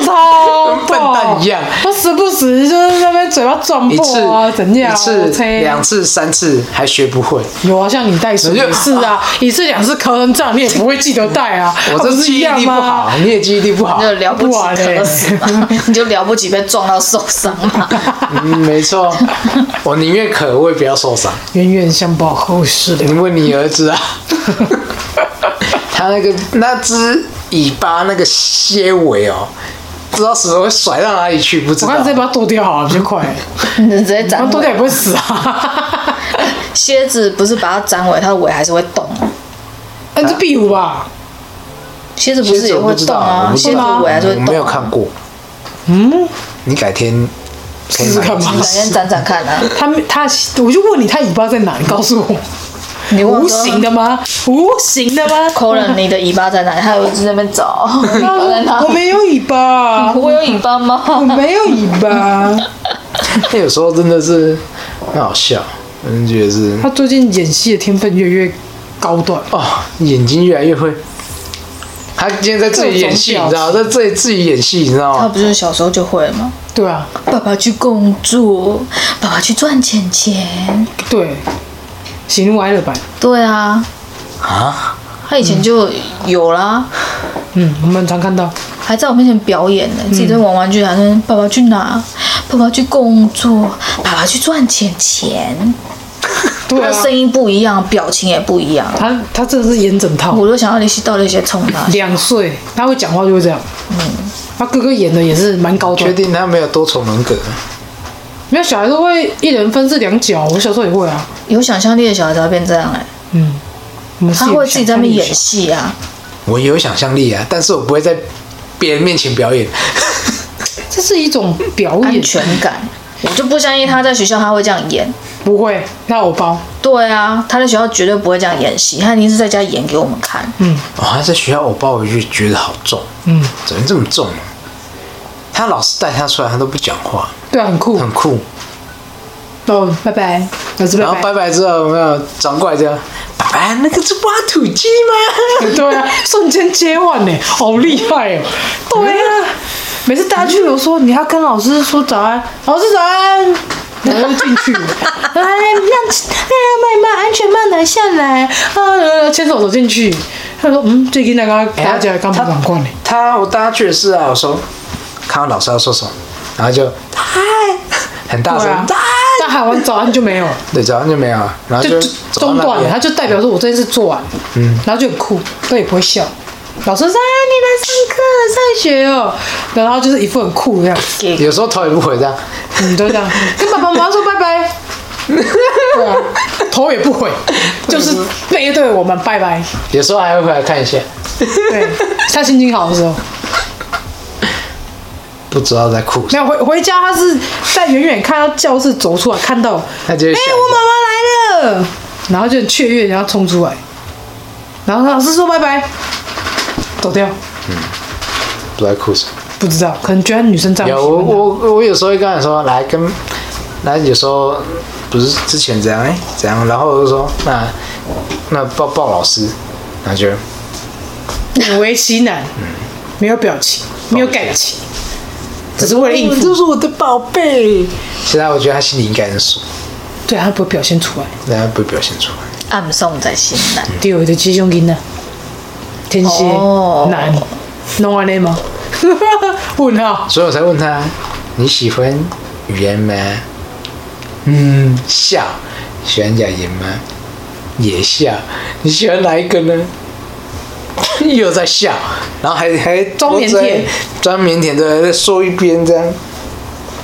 C: 超
D: 笨蛋样，
C: 我时不时就是在那边嘴巴撞
D: 一次
C: 破啊，怎样啊？
D: 一次
C: 我猜
D: 两次三次还学不会，
C: 有啊，像你带水也是啊，一次两次可能这样你也不会记得带啊，
D: 我
C: 啊
D: 这
C: 不是
D: 记
C: 一
D: 忆
C: 样
D: 力不
C: 吗？
D: 好，你也记忆力啊不好
B: 你，就了不起
C: 哇嘞
B: 渴死 嘛，你就了不起被撞到受伤嘛。
D: 嗯，没错， 我宁愿渴，我也不要受伤。
C: 冤冤相报何时了？
D: 你问你儿 子啊，他那个那只尾巴那个蝎尾哦，不知道什么会甩到哪里去，不知
C: 我
D: 道。
C: 看直接把它剁掉好了，比较快。
B: 你直接
C: 然
B: 斩
C: 后剁掉
B: 尾
C: 也。不会死啊。
B: 蝎子不是把它斩尾，它的尾还是会动啊。
C: 哎，这壁虎吧？
B: 蝎子不
D: 蝎
B: 是
D: 子
B: 也
D: 我不
B: 会
D: 知
B: 动
D: 道，我
B: 啊？
D: 不
B: 蝎
D: 知
B: 子
D: 道
B: 尾还是会
D: 我
B: 动。
D: 没有看过。
C: 嗯，
D: 你改天可以
C: 试试
D: 买
C: 看
D: 一
C: 吧
D: 只
B: 你改天斩斩看啊！
C: 它它，我就问你，它尾巴在哪？你告诉我，
B: 你问
C: 无
B: 我
C: 形
B: 说
C: 的吗？无形的吗？
B: ，Colin，你的尾巴在哪里？他有一直在那边 找，尾巴在哪
C: 我？ 没有尾巴，
B: 我有尾巴
C: 我
B: 吗？
C: 没有尾 巴。
D: 那 有时候真的是很好笑，嗯，觉得是
C: 他最近演戏的天分越来越高段，
D: 哦，眼睛越来越会。他今天在自己演戏，
C: 各种表情
D: 你知道，在自己自己演戏，你知道
B: 他
D: 吗？
B: 不是小时候就会了吗？
C: 对啊，
B: 爸爸去工作，爸爸去赚钱钱。
C: 对，喜怒哀乐版。
B: 对啊，
D: 啊，
B: 他以前就有啦，
C: 嗯，我们很常看到，
B: 还在我面前表演
C: 嗯
B: 呢，自己在玩玩具，还说爸爸去哪？爸爸去工作，爸爸去赚钱钱。
C: 对
B: 他
C: 啊，
B: 声音不一样，表情也不一样。
C: 他他真的是演整套，。
B: 我都想要你吸到那些冲他
C: 两岁他会讲话就会这样。
B: 嗯
C: 他哥哥演的也是蛮高
D: 确
C: 端，
D: 定他没有多重人格？
C: 没有小孩都会一人分饰两角，我小时候也会啊。
B: 有想象力的小孩才会变这样哎、
C: 嗯，我们是
B: 他
C: 有
B: 会自己在那边
C: 想象力的
B: 演戏啊。
D: 我也有想象力啊，但是我不会在别人面前表演。
C: 小孩，这是一种表
B: 安
C: 演，
B: 全感。我就不相信他在学校他会这样演。
C: 不会，那我包，
B: 对啊，他在学校绝对不会这样演戏，他一定是在家演给我们看。
D: 哦，他在学校我抱回去觉得好重，
C: 嗯，
D: 怎么这么重、啊？他老师带他出来，他都不讲话，
C: 对啊，很酷。
D: 很酷。
C: 哦，拜拜，老师拜
D: 然后
C: 拜。
D: 拜拜之后，有没有转过来这样？爸爸，那个是挖土机吗？
C: 对啊，瞬间切换呢，好厉害哦！对啊，每次大家去我说你要跟老师说早安，老师早安，然后就进去了，哎，让哎呀，妈妈安全帽拿下来，啊，牵手走进去。他说嗯，最近那个大家刚不长惯呢，
D: 他我带他去的是啊，我说看到老师要说什么，然后就嗨，很大
C: 对啊
D: 声，嗨，
C: 但喊完早安就没有了，
D: 对，早上就没有了，然后
C: 就
D: 就
C: 就
D: 走到
C: 中
D: 那
C: 断了，
D: 边
C: 他就代表说我这件事做完，嗯，然后就很酷，但也不会笑。老师说啊，你来上课了，上学哦，然后就是一副很酷的样子。
D: 有时候头也不回这样，
C: 你都这 样，跟爸爸妈妈说拜拜。对啊，头也不 回，就是背对我们拜拜。
D: 有时候还会回来看一下，
C: 对，他心情好的时候，
D: 不知道在哭什
C: 没
D: 么，
C: 有回回家，他是在远远看到教室走出来，看到，
D: 他就
C: 哎、
D: 会笑
C: 我妈妈来了，然后就很雀跃，然后冲出来，然后老师说拜拜，走掉，
D: 不知道在哭什么。
C: 不知道，可能觉得女生这样
D: 有
C: 喜欢
D: 我
C: 他。
D: 我我有时候会跟他说来跟，来有时候不是之前怎样哎、怎样，然后我就说那那抱抱老师，然后就
C: 勉为其难，没有表情，没有感情，只哎是为了应付。
D: 这是我的宝贝。现在我觉得他心里应该很爽，
C: 对他不会表现出来。
D: 但他不会表现出来。
B: 暗送在心内，
C: 对，就这种囡仔，天蝎、
B: 哦
C: 男，弄安尼吗？ 问号，
D: 所以我才问他你喜欢语言吗？嗯，笑。喜欢雅言吗？也笑。你喜欢哪一个呢？ 又在笑，然后还还
C: 装腼腆，
D: 装腼腆的再说一遍这样。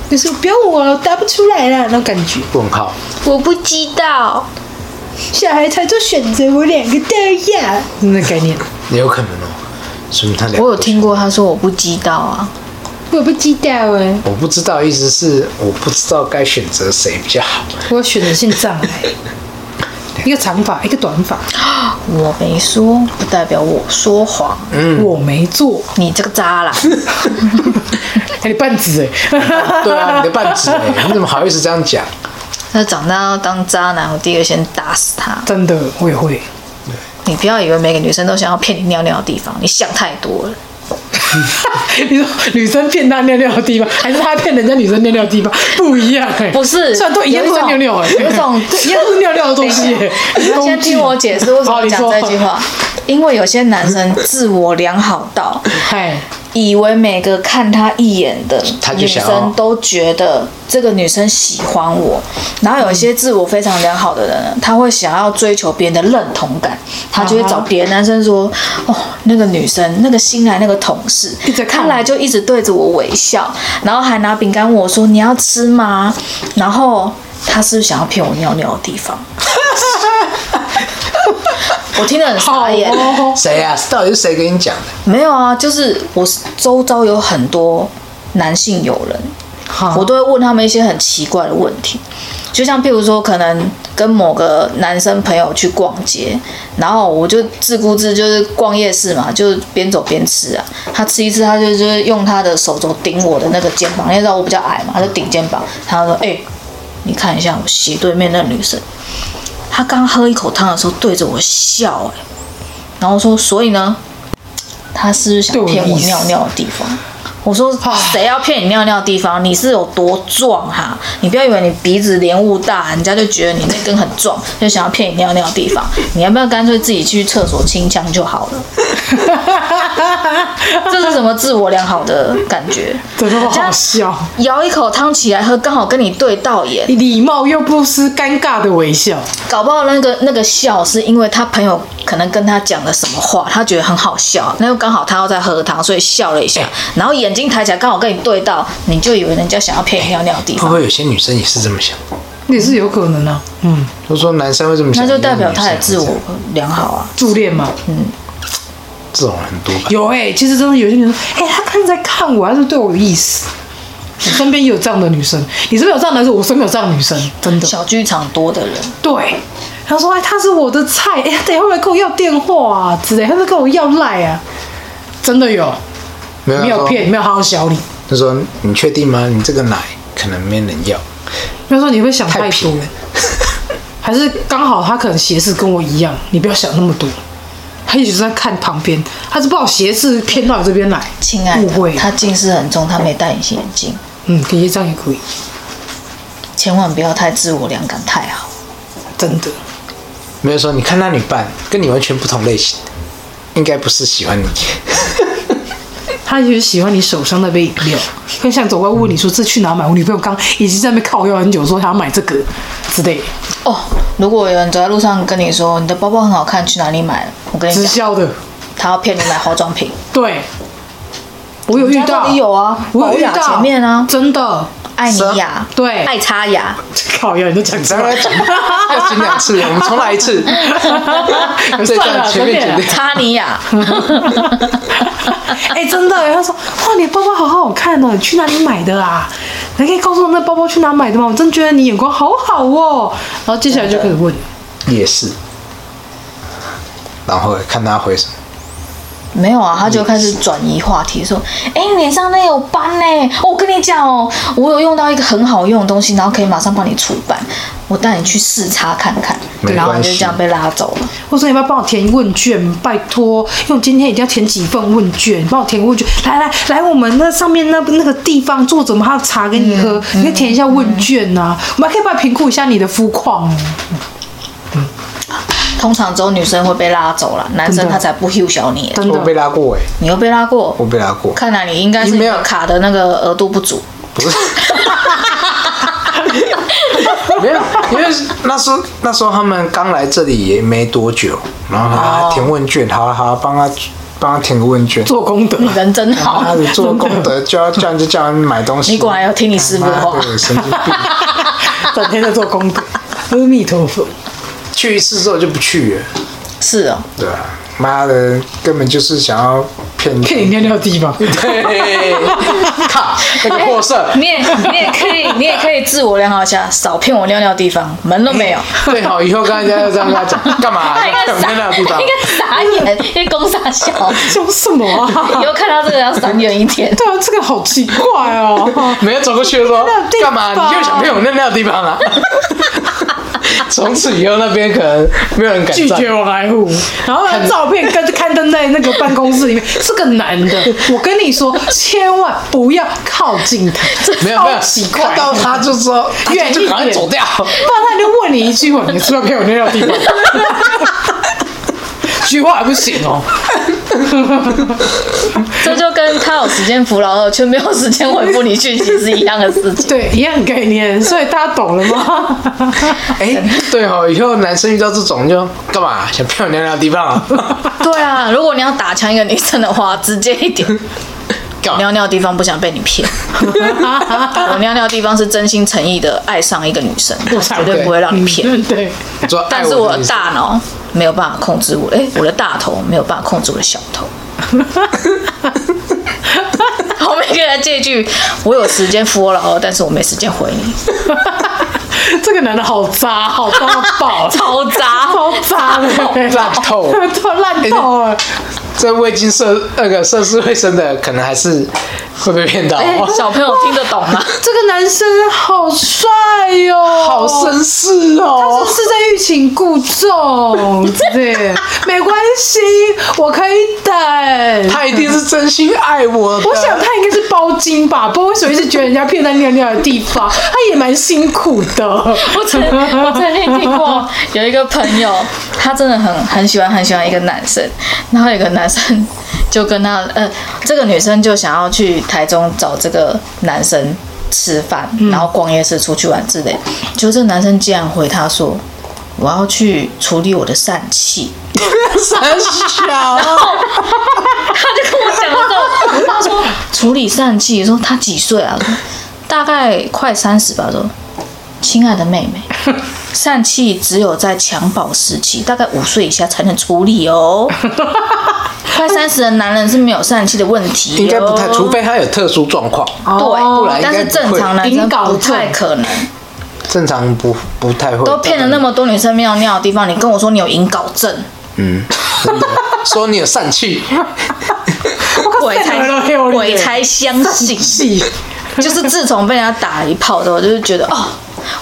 C: 就是不要问我了，答不出来啦，那种感觉。
D: 问号，
B: 我不知道。
C: 小孩才做选择，我两个都要，那概念。
D: 也有可能哦。说明他两个
B: 我有听过他说我不知道啊，
C: 我不知道哎，
D: 我不知道，意思是我不知道该选择谁比较好。
C: 我选择性障 碍，一个长发，一个短发，
B: 我没说，不代表我说谎。
C: 我没做，
B: 你这个渣男，
C: 哎，你半子哎，
D: 对啊，你的半子、欸，你怎么好意思这样讲？
B: 那长大要当渣男，我第一个先打死他。
C: 真的我也会，
B: 你不要以为每个女生都想要骗你尿尿的地方，你想太多了。
C: 你说女生骗他尿尿的地方，还是他骗人家女生尿尿的地方不一样哎、
B: 不是
C: 虽然都一样都在尿尿哎、
B: 有一种
C: 对 一样都是尿尿的东西、欸。
B: 你先听我解释为什
C: 好
B: 么
C: 哦你
B: 讲
C: 说
B: 这句话，因为有些男生自我良好到
C: 哎，
B: 以为每个看他一眼的
D: 他就
B: 女
D: 想
B: 生
D: 要
B: 都觉得这个女生喜欢我，然后有一些自我非常良好的人呢，他会想要追求别人的认同感，他就会找别的男生说：“哦，那个女生，那个新来那个同事
C: 一直，
B: 看
C: 看我
B: 来就一直对着我微笑，然后还拿饼干问我说你要吃吗？然后他是不是想要骗我尿尿的地 方？我听得很
C: 好
B: 傻眼。
C: 哦，
D: 谁呀、到底是谁跟你讲的？
B: 没有啊，就是我周遭有很多男性友人，
C: 好
B: 我都会问他们一些很奇怪的问题，就像譬如说，可能跟某个男生朋友去逛街，然后我就自顾自就是逛夜市嘛，就边走边吃啊。他吃一吃，他就就是用他的手肘顶我的那个肩膀，因为知道我比较矮嘛，他就顶肩膀，他说：“哎、你看一下我斜对面那女生，她刚喝一口汤的时候对着我笑、哎，然后说，所以呢，她是不是想骗我尿尿的地方？”我说谁要骗你尿尿的地方？你是有多壮哈、你不要以为你鼻子连雾大，人家就觉得你那根很壮，就想要骗你尿尿的地方。你要不要干脆自己去厕所清腔就好了？这是什么自我良好的感觉？
C: 怎么那么好笑？
B: 舀一口汤起来喝，刚好跟你对到眼，
C: 礼貌又不失尴尬的微笑，
B: 搞不好那个那个笑是因为他朋友可能跟他讲了什么话，他觉得很好笑，那又刚好他要在喝汤，所以笑了一
C: 哎
B: 下，然后眼睛抬起来刚好跟你对到，你就以为人家想要骗你尿尿的地
D: 会
B: 方
D: 不。会有些女生也是这么想？
C: 也是有可能啊。嗯，
D: 就说男生会这么想，
B: 那就代表他也
D: 女生
B: 自
D: 会
B: 我
D: 这样
B: 良好啊。
C: 助恋嘛，
D: 这种人很多吧？
C: 有哎、其实真的有些女生，哎、她看在看我，她是对我有意思。我身边也有这样的女生，你身边有这样的男生，我身边有这样的女生，真的。
B: 小剧场多的人，
C: 对，他说：“哎，他是我的菜，哎，他等一下会不会跟我要电话啊之类？他会不会跟我要赖啊？”真的有，
D: 没有
C: 没有骗，。没有好好小你。
D: 他说他说你确定吗？你这个奶可能没人要。
C: 他说：“你会想太
D: 太
C: 多
D: 平了，
C: 还是刚好他可能斜视跟我一样，你不要想那么多。”他也许是在看旁边，他是不好斜视偏到你这边来，
B: 亲爱
C: 误会
B: 的，他近视很重，他没戴隐形眼镜，
C: 嗯，可以这样也可以，
B: 千万不要太自我良感太好。
C: 真的。
D: 没有说你看那女伴跟你完全不同类型，应该不是喜欢你。
C: 他也许喜欢你手上那杯饮料，更想走过来问你说这去哪买？我女朋友刚已经在那边靠腰很久，说她要买这个之类的，
B: 哦，如果有人走在路上跟你说你的包包很好看，去哪里买了？我跟你
C: 直
B: 讲，
C: 销的。
B: 他要骗你买化妆品。
C: 对，我有遇
B: 人家
C: 到，
B: 那里有啊
C: 我有遇
B: 宝
C: 到
B: 雅前面啊
C: 真的，
B: 爱你雅，
C: 对
B: 爱擦 雅，
C: 靠呀，你都讲
D: 你
C: 出
D: 再
C: 来
D: 来，讲，要讲两次，我们重来一次。这
C: 算了
D: 段前面
C: 随便
D: 剪
C: 啦
D: 掉。
B: 擦你雅。
C: 哎、真的耶，他说哇，你的包包好好看哦，你去哪里买的啊？你可以告诉我那包包去哪买的吗？我真觉得你眼光好好哦。然后接下来就开始问，
D: 也是。然后看他回什么，
B: 没有啊，他就开始转移话题，说：“哎、你脸上那有斑呢、哦我跟你讲哦，我有用到一个很好用的东西，然后可以马上帮你除斑，我带你去试擦看看。”
D: 没
B: 然后你
D: 关
B: 就
D: 系
B: 这样被拉走了。
C: 我说你要不要帮我填问卷？拜托，因为我今天一定要填几份问卷，帮我填问卷。来来来，我们那上面那那个地方作者们还有茶给你喝，你可以填一下问卷呐、我们还可以帮你评估一下你的肤况哦。
B: 通常只有女生会被拉走了，男生他才不羞小你、
C: 真
D: 我被
C: 的，
D: 拉过哎、
B: 你又被拉过，
D: 我被拉过，
B: 看来你应该是
D: 你
B: 没
D: 没有
B: 有卡的那个额度不足。
D: 不是。 没有，因为那时候那时候他们刚来这里也没多久，然后他填问卷，好啊好啊帮他帮他填个问卷，
C: 做功德。
B: 人真好，
D: 妈的做功德，就要这样就叫人买东西，
B: 你果然有听你师傅的话
D: 妈。的神经病！
C: 整天在做功德。阿弥陀佛，
D: 去一次之后就不去了，
B: 是哦，
D: 对吧、妈的，根本就是想要骗
C: 骗你尿尿的地方，
D: 对， 靠，那个货色，
B: 哎你也你也可以，你也可以自我良好一下，少骗我尿尿的地方，门都没有。
D: 最好以后跟人家这样跟他讲，干嘛？
B: 他应该
D: 有没有那
B: 傻，
D: 个地方
B: 应？该傻眼，因为公傻 笑。
C: 讲什么啊
B: 以？后看到这个要闪远一 点。
C: 对啊，这个好奇怪哦。
D: 没有走过去就说
C: 那个地方
D: 干嘛？你又想骗我那那个地方了？啊从此以后那边可能没有人敢
C: 拒
D: 站
C: 绝我来护，然后呢照片跟刊登在那个办公室里面，是个男的，我跟你说，千万不要靠近他，
D: 没有没有
C: 超奇，怪
D: 看到他就说
C: 远
D: 远
C: 一
D: 就赶快
C: 点
D: 走掉。
C: 不然他就问你一句话，你 是不是要陪我尿尿地方？句话还不行哦，
B: 这就跟他有时间服劳二却没有时间回复你讯息是一样的事情。
C: 对，一样概念，所以大家懂了吗？
D: 哎，对哦，以后男生遇到这种就干嘛？想漂亮的地 方啊？
B: 对啊，如果你要打枪一个女生的话，直接一点。
D: 干嘛
B: 尿？尿的地方不想被你 骗，我尿尿的地方是真心诚意的爱上一个女生，绝对不会让你骗。
C: 嗯 对，
D: 说爱
B: 但是我
D: 的意
B: 的
D: 思
B: 大脑没有办法控制我，哎、我的大头没有办法控制我的小 头。后面跟他借一句：“我有时间服我老二，但是我没时间回你。
C: 这个男的好渣，好渣到 爆”，
B: 超渣，哦
C: 超渣的，
D: 烂 透哎
C: 都烂透了。
D: 这未经涉那个涉世未深的，可能还是会被骗到。
B: 哎、小朋友听得懂啊吗？
C: 这个男生好帅哟、
D: 好绅士哦！
C: 是在欲擒故纵，对，没关系，我可以等。
D: 他一定是啊真心爱我的。
C: 我想他应该是包金吧，不过为什么一直觉得人家骗在尿尿的地方？他也蛮辛苦的。
B: 我曾我曾经听过有一个朋友，他真的很很喜欢很喜欢一个男生，然后有个男生就跟他呃，这个女生就想要去台中找这个男生吃饭，然后逛夜市、出去玩之类，结果这个男生竟然回他说。我要去处理我的疝气，
D: 三
C: 哎
D: 小，
B: 他就跟我讲了这种，他说处理疝气，说他几岁啊？我说大概快三十吧。我说亲爱的妹妹，疝气只有在襁褓时期，大概五岁以下才能处理哦。快三十的男人是没有疝气的问题、哦，
D: 应该不太，除非他有特殊状况，
B: 对，
D: 不然应
B: 但
D: 该
B: 是
D: 不
B: 正
D: 会
B: 常男生
C: 引导
B: 不太
C: 症
B: 可能。
D: 正常不不太会。
B: 都骗了那么多女生尿尿的地方，你跟我说你有引睾症，
D: 说你有疝 气，
B: 鬼才
C: 塞了六年
B: 鬼才相信。
C: 气，
B: 就是自从被人家打了一炮之后，我就是觉得哦，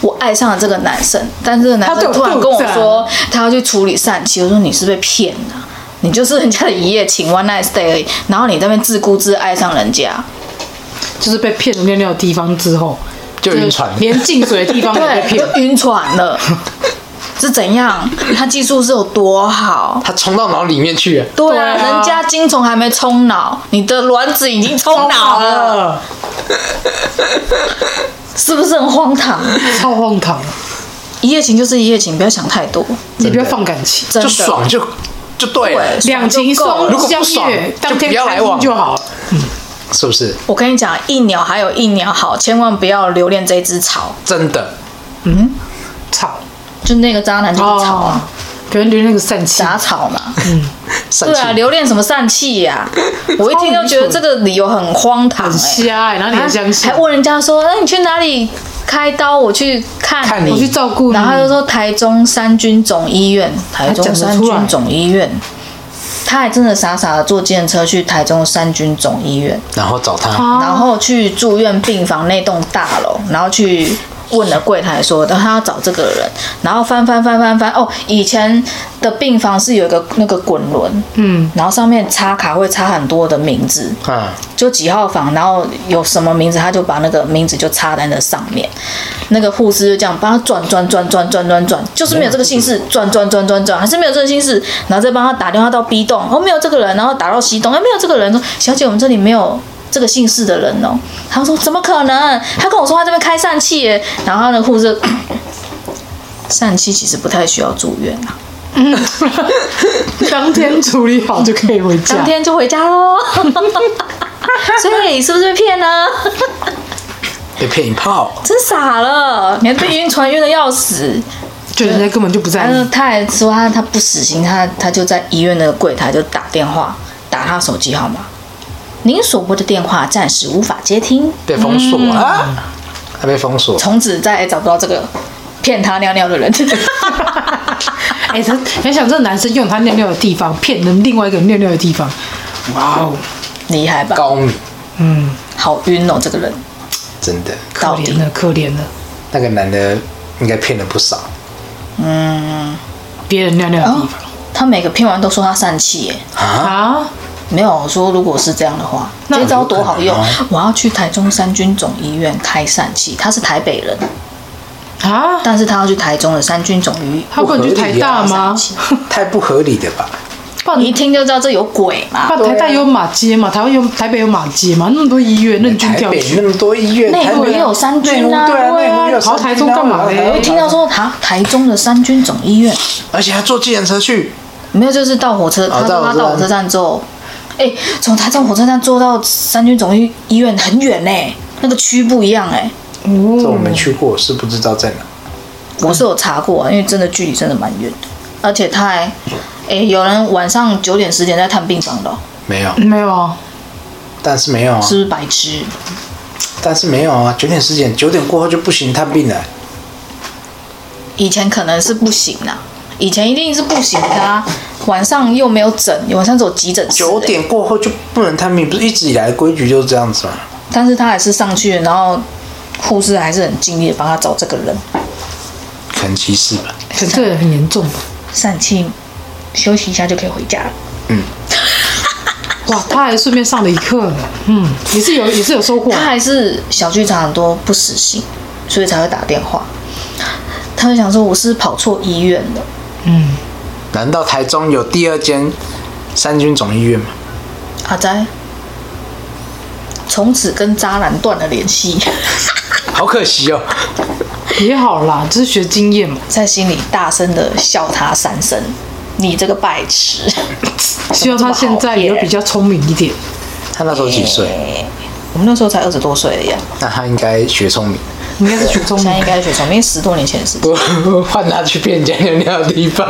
B: 我爱上了这个男生，但是这个男
C: 他对
B: 生
C: 我
B: 突然跟我
C: 肚子啊
B: 说他要去处理疝气，我说你是被骗了、你就是人家的一夜情 one night stay 而已，然后你在那边自顾自爱上人家，
C: 就是被骗了尿尿的地方之后，
D: 就晕船
C: 就是连进水的地方都
B: 对，
C: 被骗。
B: 就晕船了，是怎样？他技术是有多好？
D: 他冲到脑里面去了。
B: 对啊，
C: 对啊
B: 人家精虫还没冲脑，你的卵子已经冲脑了，
C: 了，
B: 是不是很荒唐？
C: 超荒唐！
B: 一夜情就是一夜情，不要想太多，
C: 你不要放感情，
B: 真
D: 就
B: 的。
D: 爽就就对了，
B: 对
C: 两情
B: 爽
C: 双
B: 就
D: 够了
C: 相
D: 如果不
C: 悦
D: 爽，
C: 当天
D: 就不要
C: 开
D: 来
C: 心
D: 往
C: 就好了。
D: 是不是？
B: 我跟你讲，一鸟还有一鸟好，千万不要留恋这只草。
D: 真的，
C: 吵
B: 就那个渣男
D: 哦
B: 就是草啊，，
C: 别人留那个疝气，
B: 杂草嘛。
D: 疝
B: 对啊，
D: 气。
B: 留恋什么疝气 呀？我一听就觉得这个理由很荒唐
C: 很
B: 哎，
C: 瞎、欸，然后你还相信
B: 还？问人家说，那哎你去哪里开刀？我去看
D: 看
C: 我去
D: 你，
C: 照顾你，
B: 然后他就说台中三军总医院，台中三军总医院。他还真的傻傻的坐电车去台中三军总医院，
D: 然后找他，
B: 然后去住院病房那栋大楼，然后去问了柜台说，他要找这个人，然后翻翻翻翻翻，哦，以前的病房是有一个那个滚轮，嗯，然后上面插卡会插很多的名字，
D: 嗯，
B: 就几号房，然后有什么名字，他就把那个名字就插在那上面。那个护士就这样帮他转转转转转转转，就是没有这个姓氏，转转转转转，还是没有这个姓氏，然后再帮他打电话到 B 栋，哦没有这个人，然后打到 C 栋，哎没有这个人，说小姐我们这里没有。这个姓氏的人哦，他说怎么可能？他跟我说他这边开疝气耶，然后那个护士，疝气其实不太需要住院 啊，
C: 当天处理好就可以回
B: 当
C: 家。
B: 天就回家喽。 所以是不是被骗呢？
D: 被骗一炮，
B: 真傻了，你还被晕船晕的要死。
C: 就人家根本就不在
B: 然后
C: 意，
B: 他还说他他不死心，他他就在医院的柜台就打电话，打他手机号码。您所拨的电话暂时无法接听，
D: 被封锁
B: 嗯
D: 啊，还被封锁，
B: 从此再也找不到这个骗他尿尿的 人。
C: 哎、他你想这个男生用他尿尿的地方骗人另外一个尿尿的地方，哇哦，
B: 厉害吧？
D: 高明，
B: 好晕哦，这个人
D: 真的，
C: 可
B: 到
C: 怜
B: 底
C: 了，可怜了，
D: 那个男的应该骗了不少，
C: 别人尿尿
B: 哦
C: 的地方
B: 他每个片完都说他疝气耶，
C: 啊？
B: 没有我说如果是这样的话，这招多好用！我要去台中三军总医院开疝气，他是台北人，
C: 啊？
B: 但是他要去台中的三军总医
C: 他不能去台大
B: 啊
C: 吗？
D: 太不合理的吧？
C: 不然
B: 院，一听就知道这有鬼嘛
C: 不。然台大有马街嘛？台湾有台北有马街嘛？那么多医院，任君
D: 台
C: 挑
D: 北那
C: 选。
D: 么多医院，
B: 内湖
D: 台北
B: 也有三军啊
D: 内湖对啊，
C: 对啊
D: 内湖也有三军啊
C: 跑台中干嘛嘞
D: 然后
B: 我听到说他台中的三军总医院
D: 而且还坐计程车去，
B: 没有，就是到火车，
D: 哦
B: 他说他
D: 到火
B: 到
D: 车站
B: 火车站之后，哎，从台中火车站坐到三军总医医院很远呢，那个区不一样哎。
D: 这我没去过，是不知道在哪。
B: 我是有查过、啊，因为真的距离真的蛮远的，而且他还，诶，有人晚上九点十点在探病房的哦、
D: 没有，
C: 没有啊，
D: 但是没有啊，
B: 是不是白痴？
D: 但是没有啊，九点十点，九点过后就不行探病了。
B: 以前可能是不行啦、以前一定是不行的啊，晚上又没有诊，晚上只有急诊室、
D: 九，点过后就不能探病，不是一直以来规矩就是这样子吗？
B: 但是他还是上去了，然后护士还是很尽力的帮他找这个人，
D: 可能歧视吧。
C: 可这个人很严重吧。
B: 散气，休息一下就可以回家了。
C: 哇，他还顺便上了一课呢。嗯，也是有也是有收获啊
B: 他。还是小剧场很多不死心，所以才会打电话。他会想说我是跑错医院了。
D: 难道台中有第二间三军总医院吗？
B: 阿仔，从此跟渣男断了联 系，
D: 好可惜哦，
C: 也好啦，就是学经验嘛。
B: 在心里大声的笑他三声：“你这个败痴
C: 希望他现在有比较聪明一点。
D: 他那时候几岁？！”
B: 我们那时候才二十多岁而已啊，
D: 那他应该学聪明，
C: 应该是学聪
B: 现在
C: 明
B: 应，该学聪明，因为十多年前的事情。
D: 不 换他去骗人家尿尿的地方，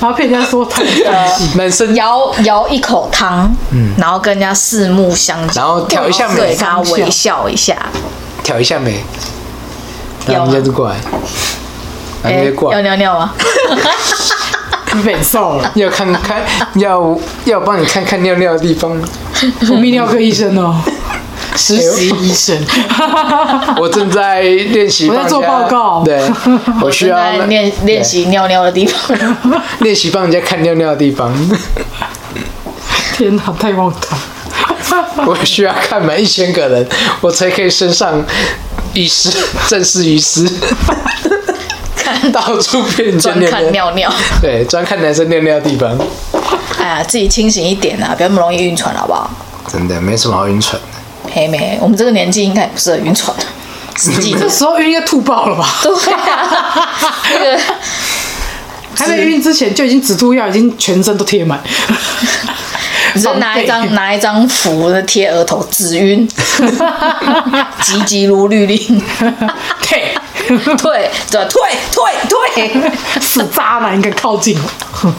C: 然后被人家说他很
B: 啊
C: 大气。
D: 男 生
B: 摇摇一口汤，然后跟人家四目相交，
D: 嗯然后挑一下眉
B: 对他微笑一下，
D: 挑一下眉，
B: 有
D: 然
B: 啊
D: 后人家就过来，然后
B: 哎
D: 人家就过
B: 要
D: 来，
B: 尿尿吗？
C: 忍受了，
D: 要看 看，要要帮你看看尿尿的地方吗。
C: 我泌尿科医 生哦，实习医生，
D: 我正在练习
C: 我
D: 放
C: 在
D: 假，
C: 做报告
D: 对，啊我需
B: 正
D: 要
B: 在练练习尿尿的地 方。
D: 对练习帮人家看尿尿的地方，
C: 天哪，太荒唐！
D: 我需要看满一千个人，我才可以升上医师，正式医师， 到处骗人家
B: 专
D: 尿
B: 看尿
D: 尿，
B: 尿，
D: 对，专看男生尿尿的地方，
B: 哎呀，自己清醒一点啊，不要那么容易晕船，好不好？
D: 真的没什么好晕船的。
B: 黑妹，我们这个年纪应该也不适合晕船，啊 实际
C: 这
B: 的。
C: 时候晕应该吐爆了吧？
B: 对 啊，那个
C: 还没晕之前就已经止吐药，已经全身都贴满。
B: 你就拿一 张拿一张符贴额头止 晕， 急急如律令，
C: 退，
B: 退，对，退退退，
C: 死渣男应该靠近我。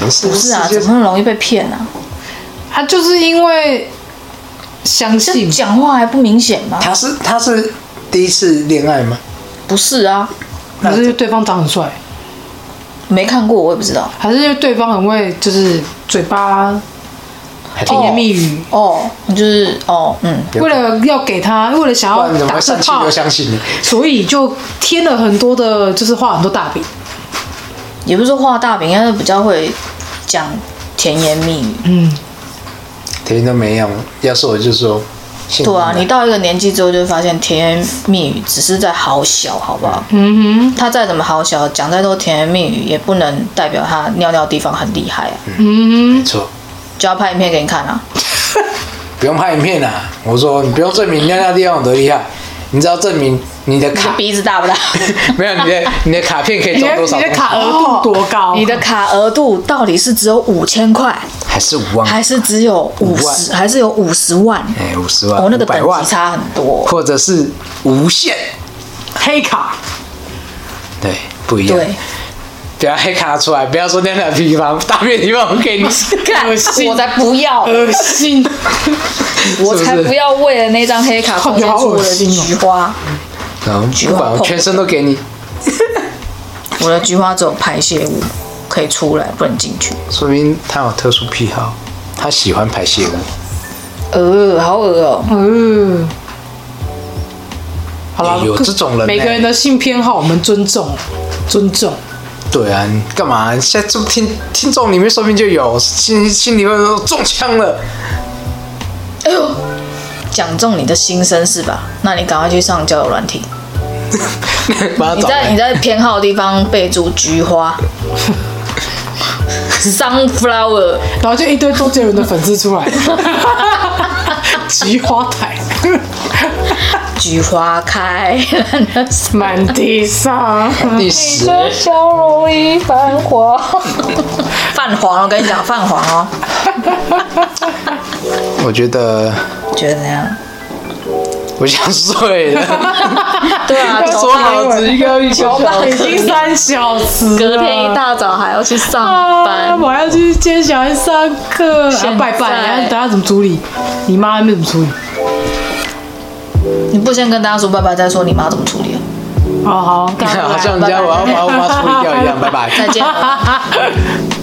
D: 没 事，
B: 不是啊，
D: 世
B: 怎
D: 界
B: 么那么容易被骗啊？
C: 他就是因为相
B: 这
C: 信，
B: 讲话还不明显吗？
D: 他是他是第一次恋爱吗？
B: 不是啊，
C: 还是因为对方长很帅，
B: 没看过，我也不知道。
C: 还是因为对方很会就是嘴巴
D: 还是
C: 甜言蜜语。
B: 哦，就是哦，嗯，
D: 有
C: 为了要给他，为了想
D: 不然
C: 要
D: 怎么
C: 打
D: 会
C: 这
D: 上气
C: 炮
D: 又，相信你？
C: 所以就添了很多的，就是画很多大饼。
B: 也不是说画大饼，应该是比较会讲甜言蜜语。
C: 嗯，
D: 甜都没有，要是我就说，幸福
B: 对啊，
D: 感
B: 你到一个年纪之后，就会发现甜言蜜语只是在好小，好不好？嗯哼，他再怎么好小，讲再多甜言蜜语，也不能代表他尿尿地方很厉害啊。
D: 没错，
B: 就要拍影片给你看 啊，
D: 不用拍影片啦、我说你不用证明尿尿地方有多厉害，你只要证明你的
B: 你
D: 卡
B: 鼻子大不 大？
D: 没有你的你的卡片可以
C: 你
D: 装
C: 的
D: 多
C: 你
D: 少
C: 的
D: 东西，
C: 卡额度多
D: 哦
C: 高？
B: 你的卡额度到底是只有五千块，
D: 还是五万，
B: 还是只有五
D: 哦五
B: 十，
D: 万
B: 还是有五十万？
D: 哎五十万，
B: 哦，那个
D: 五百
B: 等
D: 万啊
B: 级，差很多。
D: 或者是无限，
C: 黑卡，
D: 对，不一样。
B: 对，
D: 不要黑卡出来，不要说尿尿地方、大便地方，我 给你。
B: 看
C: 恶心
B: 我才不要，
D: 呃
C: 恶心。
B: 我才不要为了那张黑卡奉献出我
C: 好恶
B: 的
C: 心哦
B: 菊花。
D: 然后不管我全身都给你，
B: 我的菊花只有排泄物可以出来，不能进去。
D: 说明他有特殊癖好，他喜欢排泄物。
B: 呃，好恶哦、
C: 嗯，好了，
D: 有这种人呢
C: 每个人的性偏好我们尊重，尊重。
D: 对啊，你干嘛？现在就听听众里面说不定就有心心里会说中枪了，
B: 哎呦，讲中你的心声是吧？那你赶快去上交友软体，
D: 把他
B: 你
D: 找
B: 在
D: 来
B: 你。在偏好的地方备注菊 花，sunflower，
C: 然后就一堆周杰伦的粉丝出来， 菊花台，
B: 菊花开，
C: 满地上。
D: 第十，
B: 笑容已泛黄，泛黄，我跟你讲泛黄哦，
D: 我觉得
B: 觉得怎样？
D: 我想睡了。
B: 对啊，头
D: 说
B: 发
D: 好只一个一个
B: 头发
C: 已经三小时了，
B: 隔天一大早还要去上
C: 啊
B: 班，
C: 我要去接小孩上课，
B: 现在
C: 啊，拜拜，然后等下怎么处理？你妈那边怎么处理？
B: 你不先跟大家说拜拜，再说你妈怎么处理啊？
C: 哦，好，
D: 好像人家我要把我妈处理掉一样，拜拜。
B: 再见。